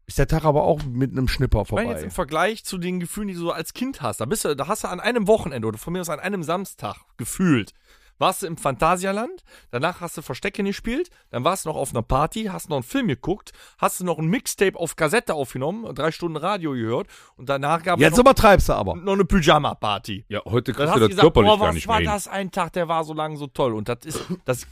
ist der Tag aber auch mit einem Schnipper ich meine vorbei. jetzt im Vergleich zu den Gefühlen, die du so als Kind hast. Da bist du, da hast du an einem Wochenende oder von mir aus an einem Samstag gefühlt. Warst du im Phantasialand, danach hast du Verstecke gespielt, dann warst du noch auf einer Party, hast noch einen Film geguckt, hast du noch ein Mixtape auf Kassette aufgenommen, drei Stunden Radio gehört und danach gab es jetzt noch, übertreibst du aber. noch eine Pyjama-Party. Ja, heute Dann kriegst du hast du das gesagt, körperlich boah, gar was nicht war mehr hin. das ein Tag, der war so lang so toll. Und das ist, das,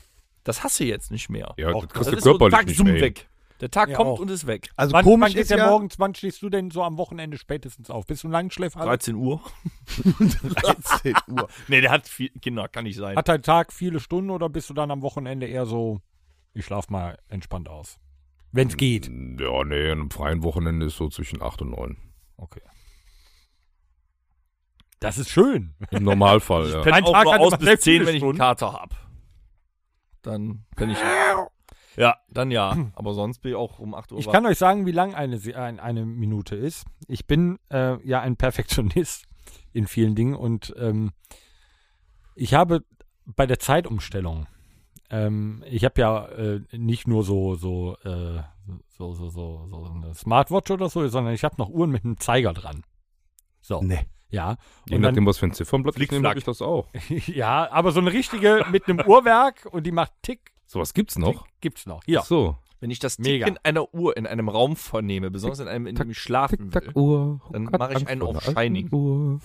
das hast du jetzt nicht mehr. Ja, das kriegst du ist so, körperlich Tag nicht zoom mehr hin. weg. Der Tag Ja, kommt auch. und ist weg. Also wann, wann komisch geht ist der ja, <laughs> morgens, wann stehst du denn so am Wochenende spätestens auf? Bist du ein Langschläfer? 13 Uhr. 13 Uhr. Nee, der hat viel Kinder, kann nicht sein. Hat dein Tag viele Stunden oder bist du dann am Wochenende eher so, ich schlaf mal entspannt aus? Wenn's geht. Ja, nee, an einem freien Wochenende ist so zwischen 8 und 9. Okay. Das ist schön. Im Normalfall, ja. penne Mein auch Tag nur hat aus immer bis sehr 10, viele wenn ich einen Stunden. Kater habe. Dann penne ich. Ja, dann ja. Aber sonst bin ich auch um 8 Uhr Ich wach. kann euch sagen, wie lang eine, Se- ein, eine Minute ist. Ich bin äh, ja ein Perfektionist <laughs> in vielen Dingen und ähm, ich habe bei der Zeitumstellung, ähm, ich habe ja äh, nicht nur so so, äh, so, so, so, so eine Smartwatch oder so, sondern ich habe noch Uhren mit einem Zeiger dran. So. Nee. Ja. <laughs> Je Und dann- nachdem, was für ein Ziffernblatt ich nehme, Flickflack. habe ich das auch. ja, aber so eine richtige mit einem Uhrwerk und die macht Tick, Sowas gibt's noch? gibt's noch. Hier. Ach So. Wenn ich das Mega. Ticken einer Uhr in einem Raum vernehme, besonders in einem, in dem ich schlafen will, Uhr. Dann hat mach ich Angst einen vor der auf alten Shining. Uhr.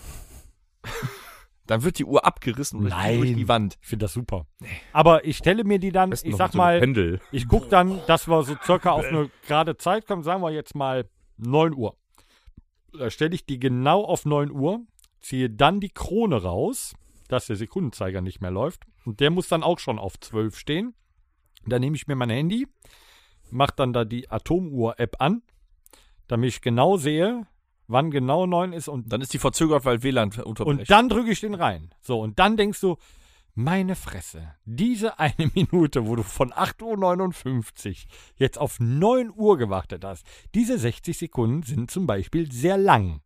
dann wird die Uhr abgerissen und Nein. durch die Wand. Ich finde das super. Aber ich stelle mir die dann, ich noch sag mit so einem mal, Pendel. Ich gucke dann, dass wir so circa auf eine gerade Zeit kommen. Sagen wir jetzt mal 9 Uhr. Da stelle ich die genau auf 9 Uhr, ziehe dann die Krone raus, dass der Sekundenzeiger nicht mehr läuft. Und der muss dann auch schon auf 12 stehen. Dann nehme ich mir mein Handy, mache dann da die Atomuhr-App an, damit ich genau sehe, wann genau 9 ist und Dann ist die verzögert, weil WLAN unterbrechen. und dann drücke ich den rein. So, und dann denkst du, meine Fresse, diese eine <laughs> Minute, wo du von 8.59 Uhr jetzt auf 9 Uhr gewartet hast, diese 60 Sekunden sind zum Beispiel sehr lang.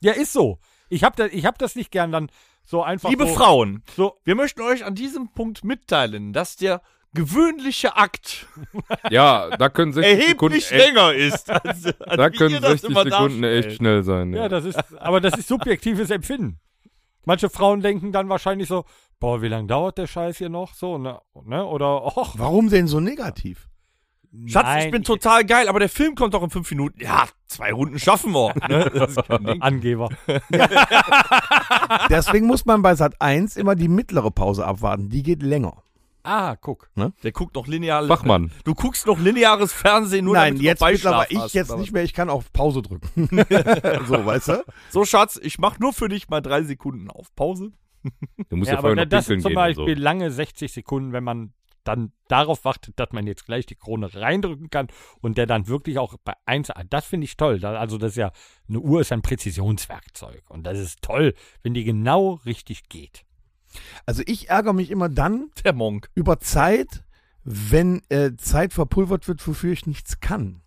ja, ist so. Ich habe da, ich hab das nicht gern dann so einfach. Liebe so, Frauen, So, wir möchten euch an diesem Punkt mitteilen, dass der gewöhnliche Akt Ja, da können 60 Sekunden. erheblich Echt, länger ist. Als, <laughs> als da wie ihr können das 60 immer Sekunden echt darstellt. schnell sein. ja, das ist, aber das ist subjektives Empfinden. Manche Frauen denken dann wahrscheinlich so, boah, wie lange dauert der Scheiß hier noch? So, ne? ne? Oder, och. Warum denn so negativ? Schatz, nein, ich bin total geil, aber der Film kommt doch in fünf Minuten. Ja, zwei Runden schaffen <laughs> wir. Ne? Das ist kein Ding. Angeber. Deswegen muss man bei Sat 1 immer die mittlere Pause abwarten. Die geht länger. Ah, guck. Der guckt noch linear. Fachmann. Du guckst noch lineares Fernsehen nur Nein, damit jetzt du noch Beischlaf mittlerweile ich hast, jetzt oder nicht mehr. Ich kann auf Pause drücken. <laughs> so, weißt du? was? So Schatz, ich mach nur für dich mal drei Sekunden auf Pause. Du musst ja, Ja, aber vorher noch das pinkeln sind zum gehen. und Beispiel lange 60 Sekunden, wenn man dann darauf wartet, dass man jetzt gleich die Krone reindrücken kann und der dann wirklich auch bei 1, das finde ich toll. Da- Also das ist ja, eine Uhr ist ein Präzisionswerkzeug und das ist toll, wenn die genau richtig geht. Also ich ärgere mich immer dann <laughs> Der Monk. über Zeit, wenn äh, Zeit verpulvert wird, wofür ich nichts kann.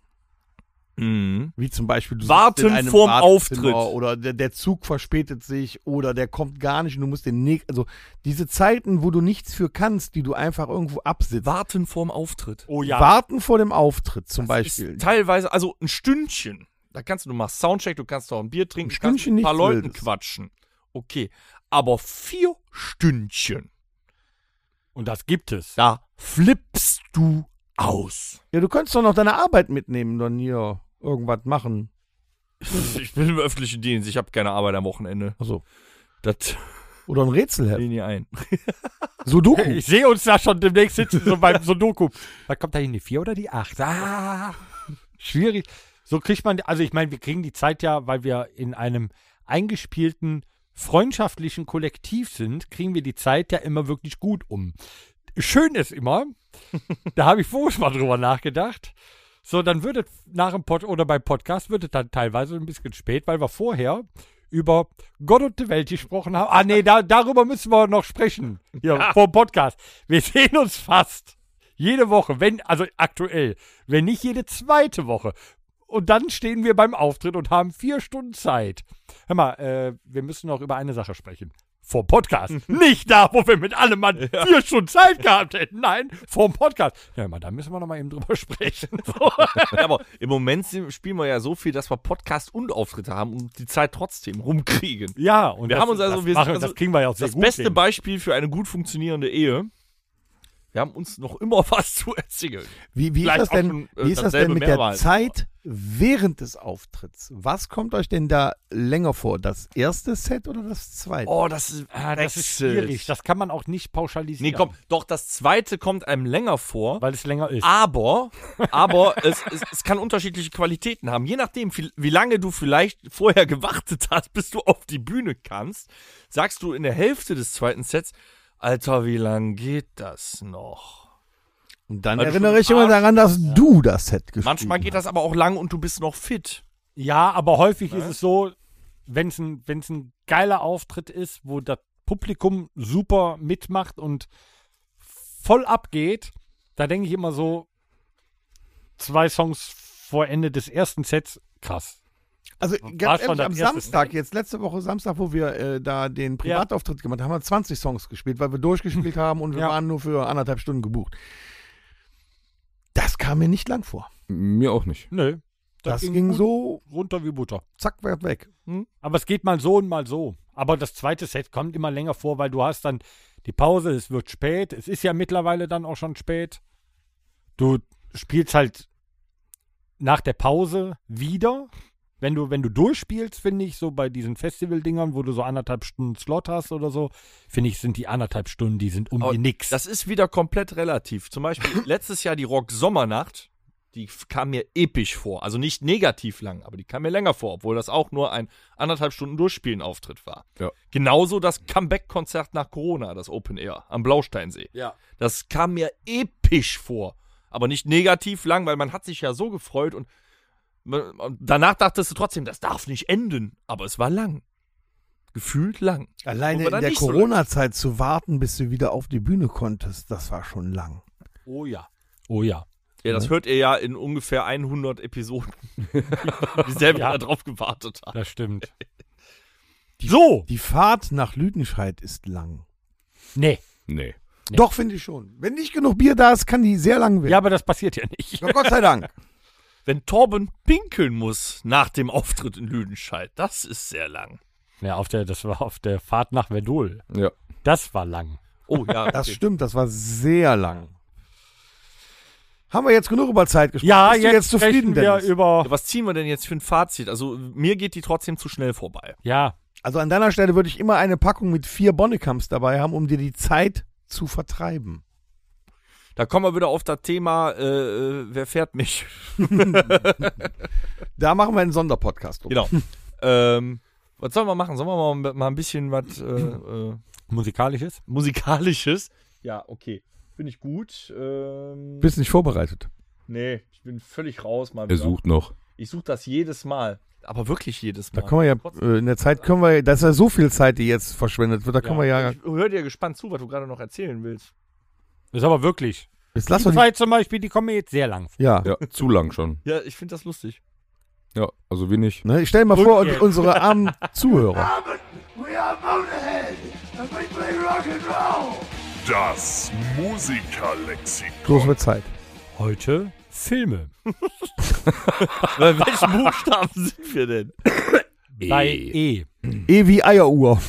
Mhm. Wie zum Beispiel du Warten sitzt in einem vorm Wartezimmer Auftritt. Oder der, der Zug verspätet sich oder der kommt gar nicht und du musst den nächsten. Also diese Zeiten, wo du nichts für kannst, die du einfach irgendwo absitzt. Warten vorm Auftritt. Oh Warten vor dem Auftritt zum Beispiel. ne? Ist teilweise, also ein Stündchen. Da kannst du, du machst Soundcheck, du kannst auch ein Bier trinken, Ein du kannst Stündchen mit ein paar nichts Leuten Wildes. quatschen. Okay. Aber vier Stündchen, Und das gibt es. da flippst du aus. Ja, du könntest doch noch deine Arbeit mitnehmen, dann hier irgendwas machen. Ich bin im öffentlichen Dienst, ich habe keine Arbeit am Wochenende. Ach so. Das Oder ein Rätselheft. sehen die ein. Sudoku. Ich sehe uns da schon demnächst sitzen, so <laughs> beim Sudoku. Was kommt da hin, die 4 oder die 8? Ah, schwierig. So kriegt man, also ich meine, wir kriegen die Zeit ja, weil wir in einem eingespielten, freundschaftlichen Kollektiv sind, kriegen wir die Zeit ja immer wirklich gut um. Schön ist <laughs> immer, da habe ich vorhin mal drüber nachgedacht. So, dann wird es nach dem Pod oder beim Podcast wird es dann teilweise ein bisschen spät, weil wir vorher über Gott und die Welt gesprochen haben. Ah, nee, da, darüber müssen wir noch sprechen. Hier, vor dem Podcast. Wir sehen uns fast jede Woche, wenn, also aktuell, wenn nicht jede zweite Woche. Und dann stehen wir beim Auftritt und haben vier Stunden Zeit. Hör mal, äh, wir müssen noch über eine Sache sprechen. Vor dem <laughs> Podcast. Nicht da, wo wir mit allem Mann vier Stunden Zeit gehabt hätten. Nein, vor dem Podcast. Ja, hör mal, da müssen wir noch mal eben <laughs> drüber <laughs> sprechen. So. Ja, aber im Moment si- spielen wir ja so viel, dass wir Podcast und Auftritte haben und die Zeit trotzdem rumkriegen. Ja, und Wir das, haben uns also- das, wir- machen, also das kriegen wir ja auch sehr Das gut beste hin. Beispiel für eine gut funktionierende Ehe. Wir haben uns noch immer <laughs> was zu erzählen. Wie, wie ist Vielleicht das denn, auch schon, äh, wie ist das dasselbe denn mit der mehrmals. Zeit während des Auftritts? Was kommt euch denn da länger vor? Das erste Set oder das zweite? Oh, das ist, Ah, das ist schwierig. Das kann man auch nicht pauschalisieren. Nee, komm, Ah. doch das zweite kommt einem länger vor. Weil es länger ist. <laughs> Aber, aber es, es, es kann unterschiedliche Qualitäten haben. Je nachdem, wie, wie lange du vielleicht vorher gewartet hast, bis du auf die Bühne kannst, sagst du in der Hälfte des zweiten Sets, Alter, wie lang geht das noch? Und dann Weil du erinnere schon ich immer Arsch- daran, dass du das Set gespielt Manchmal geht das aber auch lang und du bist noch fit. Ja, aber häufig ist es so, wenn es ein, wenn's ein geiler Auftritt ist, wo das Publikum super mitmacht und voll abgeht, da denke ich immer so, zwei Songs vor Ende des ersten Sets, krass. Also War ganz schon ehrlich, am das erste Samstag, Set. jetzt letzte Woche Samstag, wo wir äh, da den Privatauftritt gemacht haben, haben wir 20 Songs gespielt, weil <laughs> wir durchgespielt haben und wir Ja. waren nur für anderthalb Stunden gebucht. Das kam mir nicht lang vor. Mir auch nicht. Nö. Das, ging, gut so, runter wie Butter. zack, werd weg. Aber es geht mal so und mal so. Aber das zweite Set kommt immer länger vor, weil du hast dann die Pause, es wird spät. Es ist ja mittlerweile dann auch schon spät. Du spielst halt nach der Pause wieder. Wenn du, wenn du durchspielst, finde ich, so bei diesen Festival-Dingern, wo du so anderthalb Stunden Slot hast oder so, finde ich, sind die anderthalb Stunden, die sind um Aber die nix. Das ist wieder komplett relativ. Zum Beispiel letztes Jahr die Rock-Sommernacht, die f- kam mir episch vor. Also nicht negativ lang, aber die kam mir länger vor, obwohl das auch nur ein anderthalb Stunden Durchspielen-Auftritt war. Ja. Genauso das Comeback-Konzert nach Corona, das Open Air am Blausteinsee. Das kam mir episch vor. Aber nicht negativ lang, weil man hat sich ja so gefreut und man- und danach dachtest du trotzdem, das darf nicht enden. Aber es war lang. Gefühlt lang. Wo Alleine wir in dann der nicht so lang- Corona-Zeit zu warten, bis du wieder auf die Bühne konntest, das war schon lang. oh ja. Oh ja. Ja, das hört ihr ja in ungefähr 100 <laughs> Episoden, wie sehr wir Ja. da drauf gewartet haben. Das stimmt. <laughs> so! Die Fahrt nach Lüdenscheid ist lang. Nee. Nee. Nee. Doch, finde ich schon. Wenn nicht genug Bier da ist, kann die sehr lang werden. Ja, aber das passiert ja nicht. Na, Gott sei Dank. Wenn Torben pinkeln muss nach dem Auftritt in Lüdenscheid, das ist sehr lang. Ja, auf der, das war auf der Fahrt nach Verdol. Ja. Das war lang. Oh <laughs> ja, Das okay. stimmt, das war sehr lang. Haben wir jetzt genug über Zeit gesprochen? Ja, Bist jetzt, du jetzt zufrieden, sprechen wir Dennis? über. Was ziehen wir denn jetzt für ein Fazit? Also mir geht die trotzdem zu schnell vorbei. Ja, Also an deiner Stelle würde ich immer eine Packung mit vier Bonnekamps dabei haben, um dir die Zeit zu vertreiben. Da kommen wir wieder auf das Thema, äh, äh, wer fährt mich? <laughs> Da machen wir einen Sonderpodcast. drum. Genau. ähm, was sollen wir machen? Sollen wir mal, mal ein bisschen was äh, äh, musikalisches. Musikalisches? Ja, okay. Finde ich gut. Ähm, Bist nicht vorbereitet. nee, ich bin völlig raus. Mal Er wieder. sucht noch. Ich suche das jedes Mal. Aber wirklich jedes Da Mal. können wir ja, äh, in der Zeit können wir, das ist ja so viel Zeit, die jetzt verschwendet wird, da können wir ja, ich höre dir gespannt zu, was du gerade noch erzählen willst. Ist aber wirklich. jetzt lass die doch nicht, zwei zum Beispiel, die kommen mir jetzt sehr lang. vor. ja. Ja, <laughs> zu lang schon. Ja, ich finde das <laughs> lustig. Ja, also wenig. Ne, ich stell mal vor, jetzt. unsere armen Zuhörer. Das Musikerlexikon. Bloß mit Zeit. Heute Filme. Bei welchen Buchstaben sind wir denn? Bei E. E wie Eieruhr.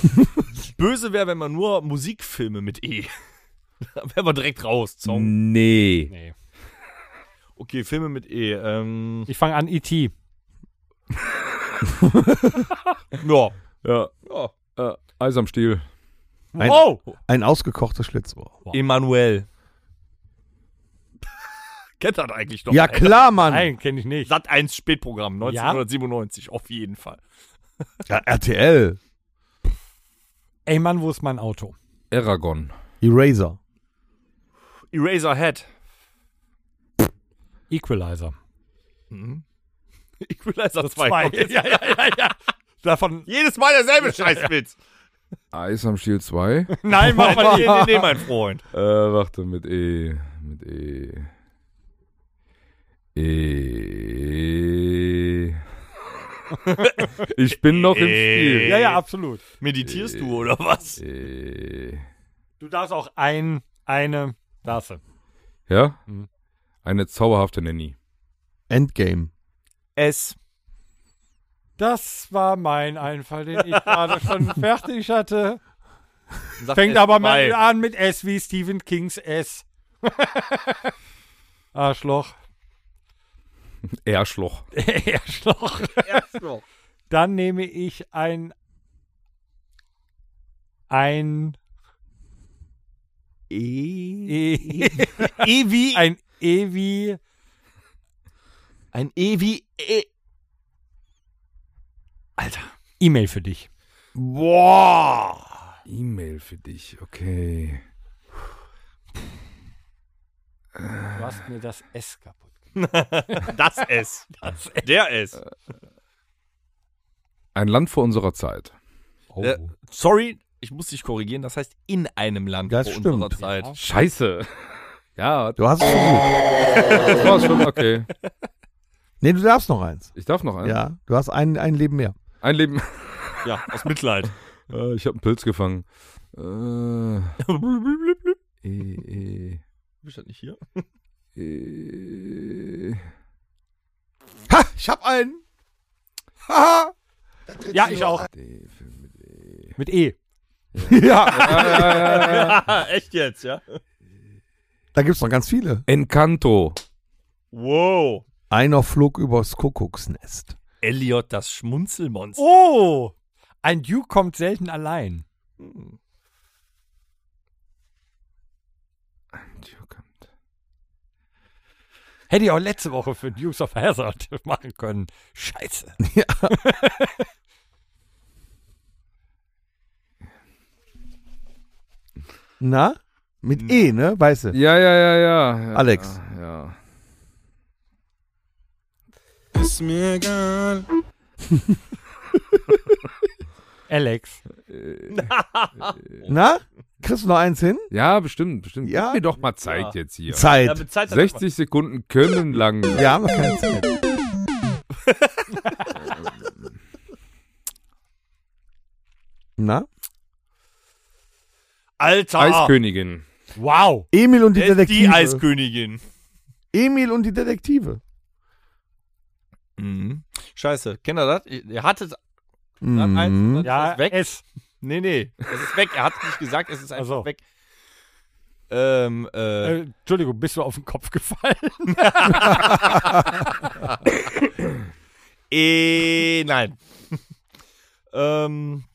Böse wäre, wenn man nur <laughs> Hm. Musikfilme mit E. da wäre man direkt raus. Song. Nee. Nee. Okay, Filme mit E. Ähm, Ich fange an, E E.T. ja. Ja. Äh, Eis am Stiel. Ein- Oh! Ein ausgekochter Schlitzohr. Emanuel. <laughs> Kennt das eigentlich doch? Ja, klar, Mann. Nein, kenne ich nicht. Sat 1 Spätprogramm, Ja? 1997, auf jeden Fall. Ja, RTL. Ey Mann, wo ist mein Auto? Aragon. Eraser. <laughs> Eraserhead. Equalizer. Mhm. <laughs> Equalizer 2. Zwei. kommt jetzt. Ja, ja, ja, ja. Davon. Jedes Mal derselbe Scheißwitz. Eis am <laughs> Stiel 2. äh, <laughs> Nein, <laughs> mach mal nee, nicht. <laughs> nee, nee, mein Freund. Äh, warte, mit E. Mit E. <laughs> E. ich bin noch im E. Spiel. E. Ja, ja, absolut. Meditierst du oder was? E. Du darfst auch ein, eine, darfst du. Ja? Mhm. Eine zauberhafte Nanny. Endgame. S. Das war mein Einfall, den <laughs> ich gerade schon fertig hatte. Sag Fängt S aber zwei. mal an mit S wie Stephen Kings S. <laughs> Arschloch. Erschloch. <laughs> Arschloch. Dann nehme ich ein. Ein. E. <laughs> E, wie? Ein E wie. Ein E wie E. Alter. E-Mail für dich. Boah. E-Mail für dich, okay. Du hast mir das S kaputt. Das S. Der S. Ein Land vor unserer Zeit. Oh. Äh, sorry, ich muss dich korrigieren. Das heißt in einem Land Das vor stimmt. unserer Zeit. Scheiße. <laughs> Ja, Du hast es versucht. das war's schon. Okay. Nee, du darfst noch eins. Ich darf noch ein. Ja, du hast ein, ein Leben mehr. Ein Leben. Ja, aus <laughs> Mitleid. Äh, ich habe einen Pilz gefangen. Äh, e, Bist du nicht hier? e, e. Ha, ich hab einen. Haha. ja, ich auch. D für mit E. Mit E. ja, Ja, Ah, echt jetzt, ja? da gibt's noch ganz viele. Encanto. Wow. Einer flog übers Kuckucksnest. Elliot, das Schmunzelmonster. Oh! Ein Duke kommt selten allein. Hm. Hätte ich auch letzte Woche für Dukes of Hazard <laughs> machen können. Scheiße. Na? Mit E, ne? Weißt du? Ja, ja, ja, ja. ja Alex. Ja. Alex. Na? Kriegst du noch eins hin? Ja, bestimmt, bestimmt. Ja. Gib mir doch mal Zeit jetzt hier. Zeit. Damit Zeit 60 Sekunden können lang. Wir haben noch keine Zeit. Na? Alter. Eiskönigin. Wow. Emil und die Der ist die Detektive. Eiskönigin. Emil und die Detektive. Mhm. Scheiße, kennt ihr das? Ihr hattet dann eins, Mhm. dann ist Ja, das weg. S. Nee, nee, es ist weg. Er hat nicht gesagt, es ist einfach Ach so. weg. Ähm, äh, Äh, Entschuldigung, bist du auf den Kopf <laughs> gefallen? eh, nein. <laughs> ähm,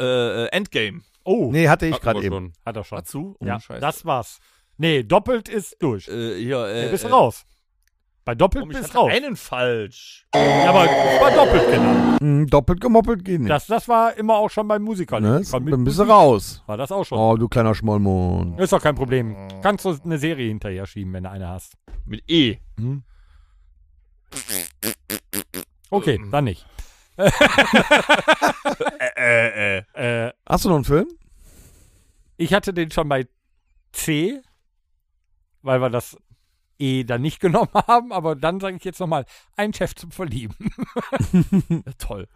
äh, äh, Endgame. Oh, Nee, hatte ich Hatten gerade wir eben. schon. hat er schon. Dazu? ja, Oh, Scheiße. das war's. Nee, doppelt ist durch. Du äh, hier, äh, bist äh, raus. Bei doppelt komm, ich bist hatte raus. einen falsch. Ja, aber es war doppelt genannt. Mhm, doppelt gemoppelt geht nicht. Das, das war immer auch schon beim Musiker. ne? Schon mit Dann bist du Musik raus. War das auch schon. Oh, du kleiner Schmollmond. Ist doch kein Problem. Kannst du eine Serie hinterher schieben, wenn du eine hast. Mit E. Okay, dann nicht. Äh, äh. Äh, Hast du noch einen Film? ich hatte den schon bei C, weil wir das E dann nicht <laughs> genommen haben, aber dann sage ich jetzt nochmal, ein Chef zum Verlieben. Ja, toll.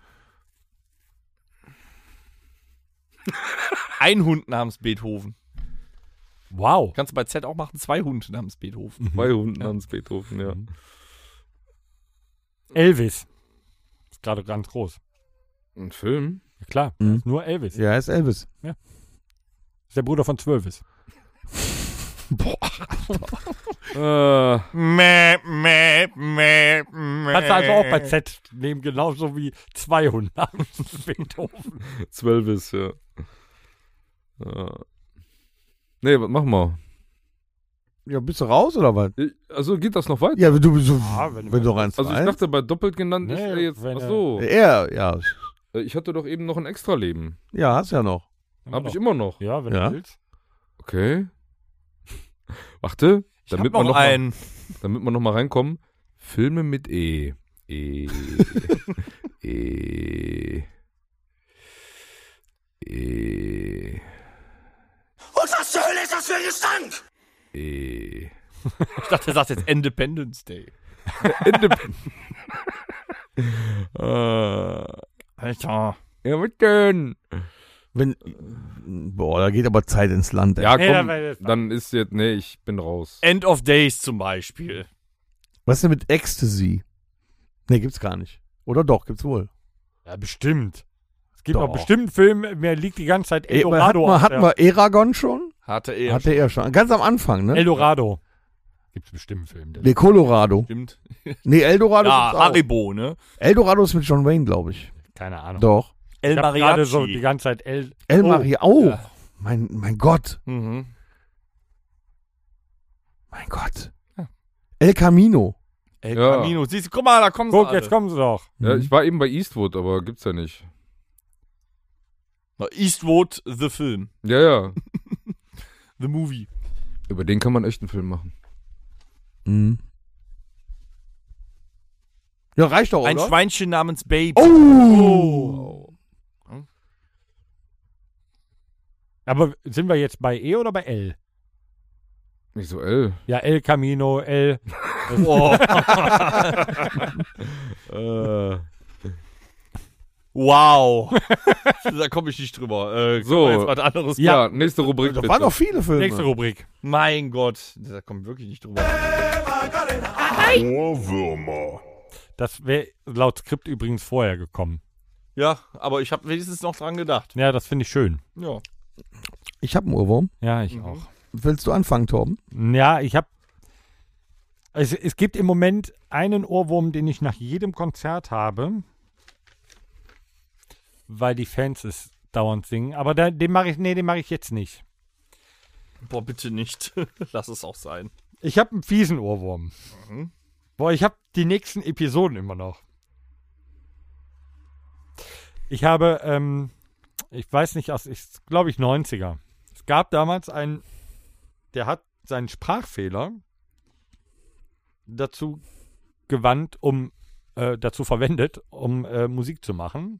<laughs> Ein Hund namens Beethoven. Wow. Kannst du bei Z auch machen? Zwei Hunde namens Beethoven. Zwei Hunden namens Beethoven, ja. Elvis. Ist gerade ganz groß. Ein Film? Ja, klar, Mhm. ist nur Elvis. Ja, ist Elvis. Ist der Bruder von Zwölvis. Äh, <laughs> Mäh, mäh, mäh, mäh. Kannst du also auch bei Z nehmen, genauso wie 200. <laughs> Beethoven. zwölf ist, ja. Äh. Nee, was machen wir? Ja, bist du raus oder was? Ich- Also geht das noch weiter? Ja, wenn du, so, wenn wenn, du- du eins Also ich weißt. dachte, bei doppelt genannt ist Nee, er jetzt. wenn er- Ach so. Er, ja. Äh, Ich hatte doch eben noch ein Extraleben. Ja, hast ja noch. Hab ich immer noch. Ja, wenn Ja. du willst. Okay. <laughs> Warte, Ich hab damit noch, man noch mal, einen. damit man noch mal reinkommen. Filme mit E. E. e. E. Und was zur Hölle ist das für ein Gestank? E. Ich dachte, er sagt jetzt Independence Day. <laughs> Äh, Alter. ja, mit denn? Wenn, boah, da geht aber Zeit ins Land. ey. Ja, Nee, komm, dann wär das- dann ist jetzt, nee, ich bin raus. End of Days zum Beispiel. Was ist denn mit Ecstasy? Nee, gibt's gar nicht. Oder doch, gibt's wohl. Ja, bestimmt. Es gibt Doch. noch bestimmt Filme, mir liegt die ganze Zeit Eldorado. hatten wir, auf hatten der- wir Eragon schon? Hatte er. eh. Hatte er schon. Ganz am Anfang, ne? Eldorado. Gibt es bestimmt einen Film. der- nee, Colorado. Stimmt. Nee, Eldorado. Ja, gibt's auch. Haribo, ne? Eldorado ist mit John Wayne, glaube ich. Keine Ahnung. Doch. El Ich hab gerade so die ganze Zeit El. El Oh. Maria auch. Mein, mein Gott. mhm. Mein Gott. El Camino. El Ja. Camino. Siehst du, guck mal, da kommen Guck, sie alle. jetzt kommen sie doch. Ja, Mhm. ich war eben bei Eastwood, aber gibt's ja nicht. Na, Eastwood, the Film. Ja, ja. The Movie. Über den kann man echt einen Film machen. Mhm. Ja, reicht doch, Ein oder? Schweinchen namens Baby. Oh! Aber sind wir jetzt bei E oder bei L? Nicht so L. Ja, El Camino, El. <laughs> Oh. Äh, Wow. da komme ich nicht drüber. Äh, können So. wir Jetzt was anderes machen? ja, nächste Rubrik Da bitte. waren doch viele Filme. Nächste Rubrik. Mein Gott. Da komme ich wirklich nicht drüber. Ohrwürmer. Das wäre laut Skript übrigens vorher gekommen. Ja, aber ich habe wenigstens noch dran gedacht. Ja, das finde ich schön. Ja. Ich habe einen Ohrwurm. Ja, ich auch. Willst du anfangen, Torben? Ja, ich habe. Es, es gibt im Moment einen Ohrwurm, den ich nach jedem Konzert habe, weil die Fans es dauernd singen. Aber da, den mache ich, nee, den mache ich jetzt nicht. Boah, bitte nicht. <laughs> Lass es auch sein. Ich habe einen fiesen Ohrwurm. Boah, ich habe die nächsten Episoden immer noch. Ich habe, ähm, ich weiß nicht, aus, ich glaube ich 90er. Es gab damals einen, der hat seinen Sprachfehler dazu gewandt, um äh, dazu verwendet, um äh, Musik zu machen.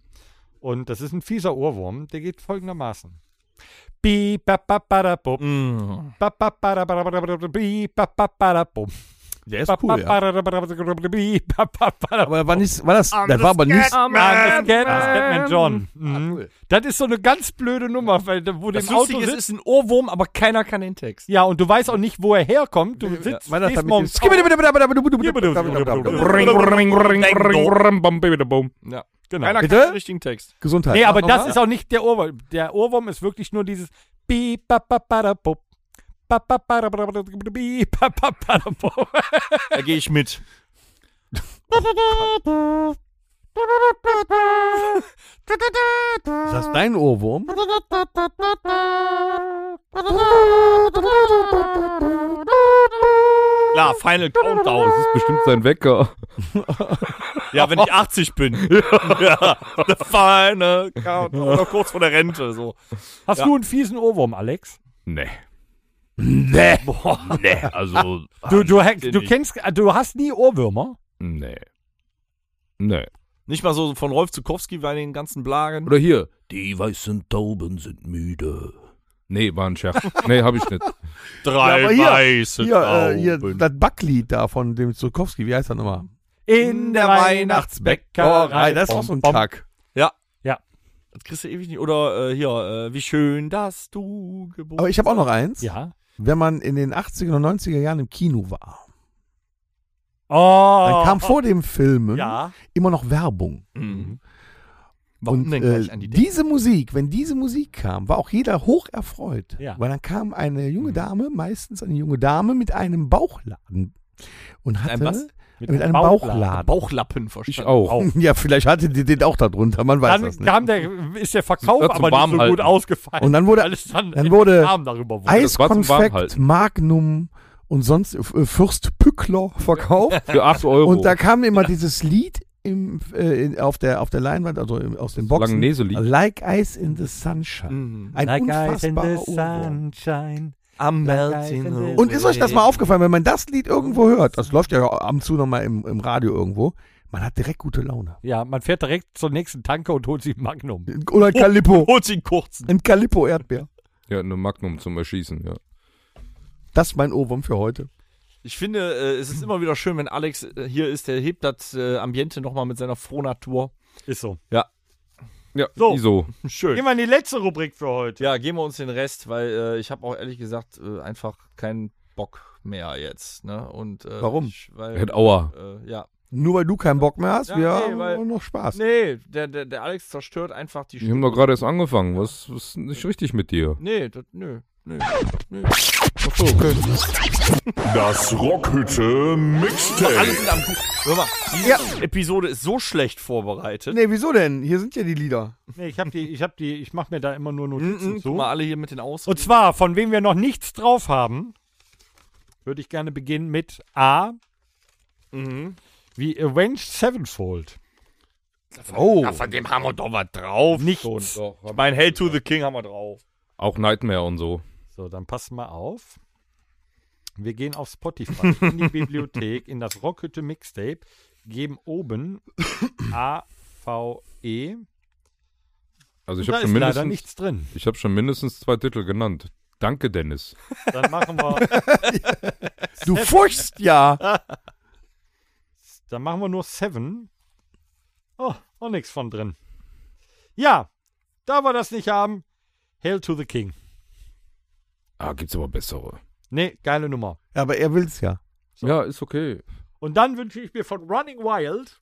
Und das ist ein fieser Ohrwurm, der geht folgendermaßen. Bi, ba, ba, ba, da, bo, Mm. ba, ba, ba, da, ba, da, ba, da, ba, da, bi, ba, ba, ba, da, bo. Der Ba, ba, ba, da, da, ba, da, ba, da, ba, da, bi, ba, ba, ba, da, Aber er war nicht, war das, der war aber nicht. Ah, das kennt- das kennt man John. Mhm. Das ist so eine ganz blöde Nummer, weil da- wo du Das im Auto Lustige ist, sitzt. es ist ein Ohrwurm, aber keiner kann den Text. Ja, und du weißt auch nicht, wo er herkommt. Du sitzt War das stehst da mit dem- morgens auf- Ja. Genau. Keiner Bitte? kann den richtigen Text. Gesundheit. Nee, aber Mach das noch ist auch nicht der Ohrwurm. Der Ohrwurm ist wirklich nur dieses Bi, ba, ba, ba, da, bo. Ba, ba, ba, da, ba, da, bi, ba, ba, ba, da, bo. Da gehe ich <laughs> mit. mal. Ist das dein Ohrwurm? Klar, Final Countdown. Das ist <laughs> bestimmt sein Wecker. Ja, <laughs> wenn ich 80 bin. ja. The Final Countdown. Oder kurz vor der Rente. So. Hast Ja. du einen fiesen Ohrwurm, Alex? Nee. Nee. Nee, also. Du, du, den du nicht. kennst, äh, du hast nie Ohrwürmer? Nee. Nee. Nicht mal so von Rolf Zukowski bei den ganzen Blagen. Oder hier. Die weißen Tauben sind müde. Nee, war ein Scherz. Nee, hab ich nicht. Drei Ja, aber hier- weiße Hier, äh, hier, Tauben. das Backlied da von dem Zukowski, wie heißt das nochmal? Oh, In der Weihnachtsbäckerei. Das ist auch so ein Bom, bom. Tag. Das kriegst du ewig nicht. Oder äh, hier, äh, wie schön, dass du geboren Aber ich habe auch noch eins. Ja. Wenn man in den 80er und 90er Jahren im Kino war, Oh. dann kam vor dem Film Ja. immer noch Werbung. Mhm. Warum und denn äh, gleich an die Decke? diese Musik, wenn diese Musik kam, war auch jeder hoch erfreut. Ja. Weil dann kam eine junge Mhm. Dame, meistens eine junge Dame mit einem Bauchladen und hatte einem <laughs> was? Oh. mit, einem Bauchladen. Bauchlappen Ich verstanden. auch. Ja, vielleicht hatte die den auch darunter, man weiß Dann das nicht. kam der, ist der Verkauf Ja, zum aber nicht so Warmhalten. gut ausgefallen. Und dann wurde- alles dann, dann wurde Arm darüber wurde. das war zum Eiskonfekt, Warmhalten. Magnum und sonst äh, <laughs> Fürst Pückler verkauft. Für 8 Oh. Euro. Und da kam immer dieses Lied im, äh, in, auf, der, auf der Leinwand, also im, aus den Boxen. Also Langnese-Lied. Like Ice in the Sunshine. Hm. Ein unfassbarer Ohrwurm. sunshine. Am Guys in the Und ist euch das mal aufgefallen, wenn man das Lied irgendwo hört, das läuft ja ab und zu nochmal im, im Radio irgendwo, man hat direkt gute Laune. Ja, man fährt direkt zur nächsten Tanke und holt sich ein Magnum. Oder <laughs> ein Calippo, Holt sie einen kurzen. ein Calippo-Erdbeer. ja, eine Magnum zum Erschießen, ja. Das ist mein Ohrwurm für heute. Ich finde, äh, es ist immer wieder schön, wenn Alex äh, hier ist. Der hebt das äh, Ambiente nochmal mit seiner Frohnatur. Ist so. Ja, So. ISO. <laughs> Schön. Gehen wir in die letzte Rubrik für heute. Ja, geben wir uns den Rest, weil äh, ich habe auch ehrlich gesagt äh, einfach keinen Bock mehr jetzt. Ne? Und, äh, Warum? Ich, weil, Red Auer. äh, ja. Nur weil du keinen Bock mehr hast, Ja, wir nee, haben weil- noch Spaß. Nee, der, der, der Alex zerstört einfach die Wir haben doch gerade erst angefangen. Was, was ist nicht richtig mit dir? Nee, das, nö. Nö. Das Rockhütte Mixtape. Alles am Gut. Hör mal, diese Ja. Episode ist so schlecht vorbereitet. Nee, wieso denn? Hier sind ja die Lieder. Nee, ich habe die, ich habe die, ich mache mir da immer nur Notizen Mhm, zu. guck mal, alle hier mit den Aus. Und zwar, von wem wir noch nichts drauf haben, würde ich gerne beginnen mit A, Mhm. wie Avenged Sevenfold. Oh. von dem haben wir doch was drauf. Nicht schon. Mein Hell to the King haben wir drauf. Auch Nightmare und so. So, dann passen wir auf. Wir gehen auf Spotify, in die Bibliothek, in das Rockhütte Mixtape, geben oben AVE. Also ich Da habe schon, ist leider mindestens- nichts drin. ich hab schon mindestens zwei Titel genannt. Danke, Dennis. Dann machen wir, Du furchst ja. dann machen wir nur Seven. Oh, auch nichts von drin. Ja, da wir das nicht haben, Hail to the King. Ah, gibt's aber bessere. Nee, geile Nummer. Aber er will's ja. Ja, ist okay. Und dann wünsche ich mir von Running <laughs> Wild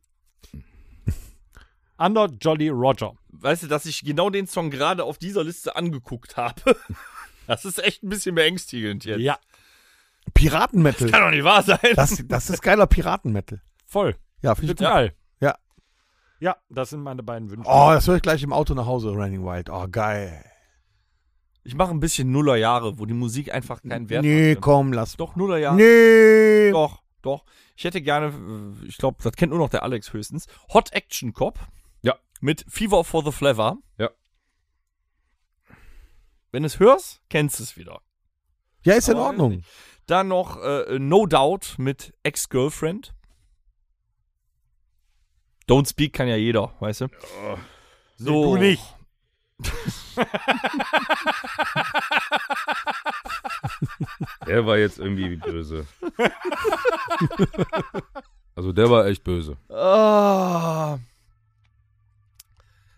Under Jolly Roger. Weißt du, dass ich genau den Song gerade auf dieser Liste angeguckt habe? <laughs> Das ist echt ein bisschen beängstigend jetzt. Ja, Piratenmetal. Kann doch nicht wahr sein. Das, das ist geiler Piratenmetal. voll. Ja, finde ich gut. Total. Ja. Ja, das sind meine beiden Wünsche. Oh, das höre ich gleich im Auto nach Hause, Running Wild. Oh, geil. Ich mache ein bisschen Nullerjahre, wo die Musik einfach keinen Wert nee, hat. komm, lass. Doch, Nullerjahre. Nee. Doch, doch. Ich hätte gerne, äh, ich glaube, das kennt nur noch der Alex höchstens. Hot Action Cop. Ja. Mit Fever for the Flavor. Ja. Wenn du es hörst, kennst du es wieder. Ja, ist in Aber- Ordnung. Dann noch äh, No Doubt mit Ex-Girlfriend. Don't Speak kann ja jeder, weißt du? So. Du nicht. Der war jetzt irgendwie böse. <laughs> also der war echt böse. Ah.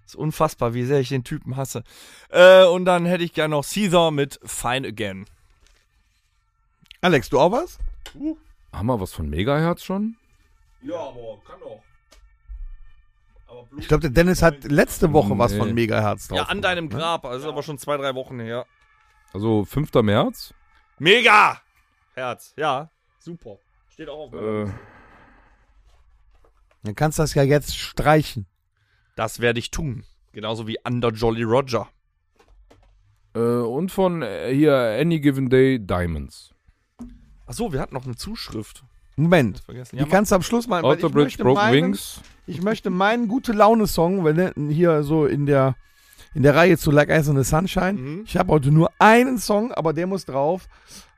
Ist unfassbar, wie sehr ich den Typen hasse. Äh, und dann hätte ich gerne noch Caesar mit Fine Again. Alex, du auch was? Haben wir was von Megahertz schon? Ja, aber kann doch. Aber Blut Ich glaube, der Dennis hat letzte Woche was Nee. von Megaherz drauf. ja, an deinem Grab. Also aber schon zwei, drei Wochen her. Also 5. März? Mega! Herz, ja. Super. Steht auch auf meiner- Äh, Dann kannst du das ja jetzt streichen. Das werde ich tun. Genauso wie Under Jolly Roger. Äh, und von äh, hier Any Given Day Diamonds. Achso, wir hatten noch eine Zuschrift. Moment. Vergessen. Die kannst du am Schluss mal. weil Outer ich Bridge möchte Broken meinen, Wings. Ich möchte meinen gute Laune-Song, weil ne, hier so in der, in der Reihe zu Like Ice in the Sunshine. Mhm. Ich habe heute nur einen Song, aber der muss drauf.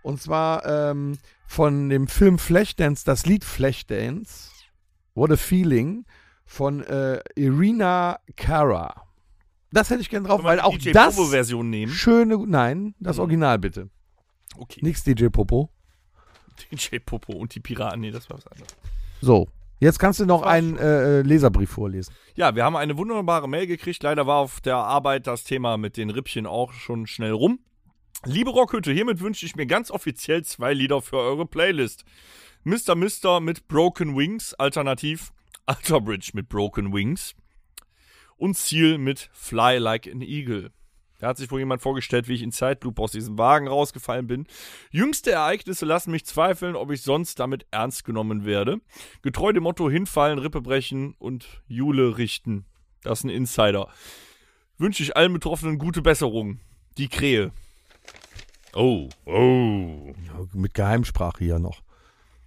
Und zwar ähm, von dem Film Flashdance, das Lied Flashdance. What a Feeling von äh, Irina Cara. Das hätte ich gern drauf, weil auch DJ das Version nehmen. Mhm. schöne, nein, das Original bitte. Okay. <laughs> Nix DJ Popo. DJ Popo und die Piraten. Nee, das war was anderes. So, jetzt kannst du noch einen äh, äh, Leserbrief vorlesen. Ja, wir haben eine wunderbare Mail gekriegt. Leider war auf der Arbeit das Thema mit den Rippchen auch schon schnell rum. Liebe Rockhütte, hiermit wünsche ich mir ganz offiziell zwei Lieder für eure Playlist. Mr. Mister mit Broken Wings, alternativ Alter Bridge mit Broken Wings. und Ziel mit Fly Like an Eagle. Da hat sich wohl jemand vorgestellt, wie ich in Zeitloop aus diesem Wagen rausgefallen bin. Jüngste Ereignisse lassen mich zweifeln, ob ich sonst damit ernst genommen werde. Getreu dem Motto hinfallen, Rippe brechen und Jule richten. Das ist ein Insider. Wünsche ich allen Betroffenen gute Besserung. Die Krähe. Oh. Oh. Ja, Mit Geheimsprache hier noch.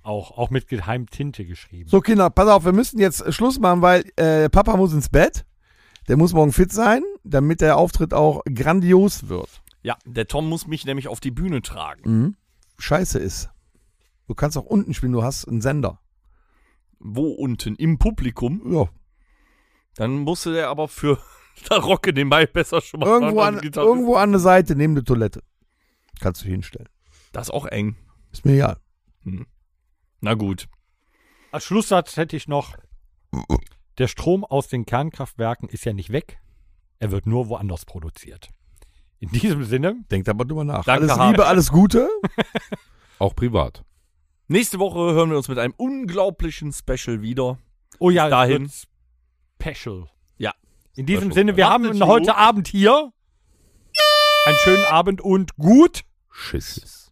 Auch, auch mit Geheimtinte geschrieben. So, Kinder, pass auf, wir müssen jetzt Schluss machen, weil äh, Papa muss ins Bett. Der muss morgen fit sein, damit der Auftritt auch grandios wird. Ja, der Tom muss mich nämlich auf die Bühne tragen. Scheiße ist. Du kannst auch unten spielen, du hast <laughs> einen Sender. Wo unten? Im Publikum. Ja, Dann musste der aber für <laughs> da Rocke den Mai besser schon mal irgendwo ran- an, Gitarre- irgendwo an der Seite neben der Toilette. Kannst du hinstellen. Das ist auch eng. Ist mir egal. Na gut. Als Schlusssatz hätte ich noch: Der Strom aus den Kernkraftwerken ist ja nicht weg. Er wird nur woanders produziert. In diesem Sinne, Denkt aber drüber nach. Danke, alles Harald. Liebe, alles Gute. Auch privat. Nächste Woche hören wir uns mit einem unglaublichen Special wieder. oh ja, es Dahin. wird Special. Ja. In diesem Special. Sinne, wir Macht haben es ihn gut. heute Abend hier. Einen schönen Abend und gut. Schiss.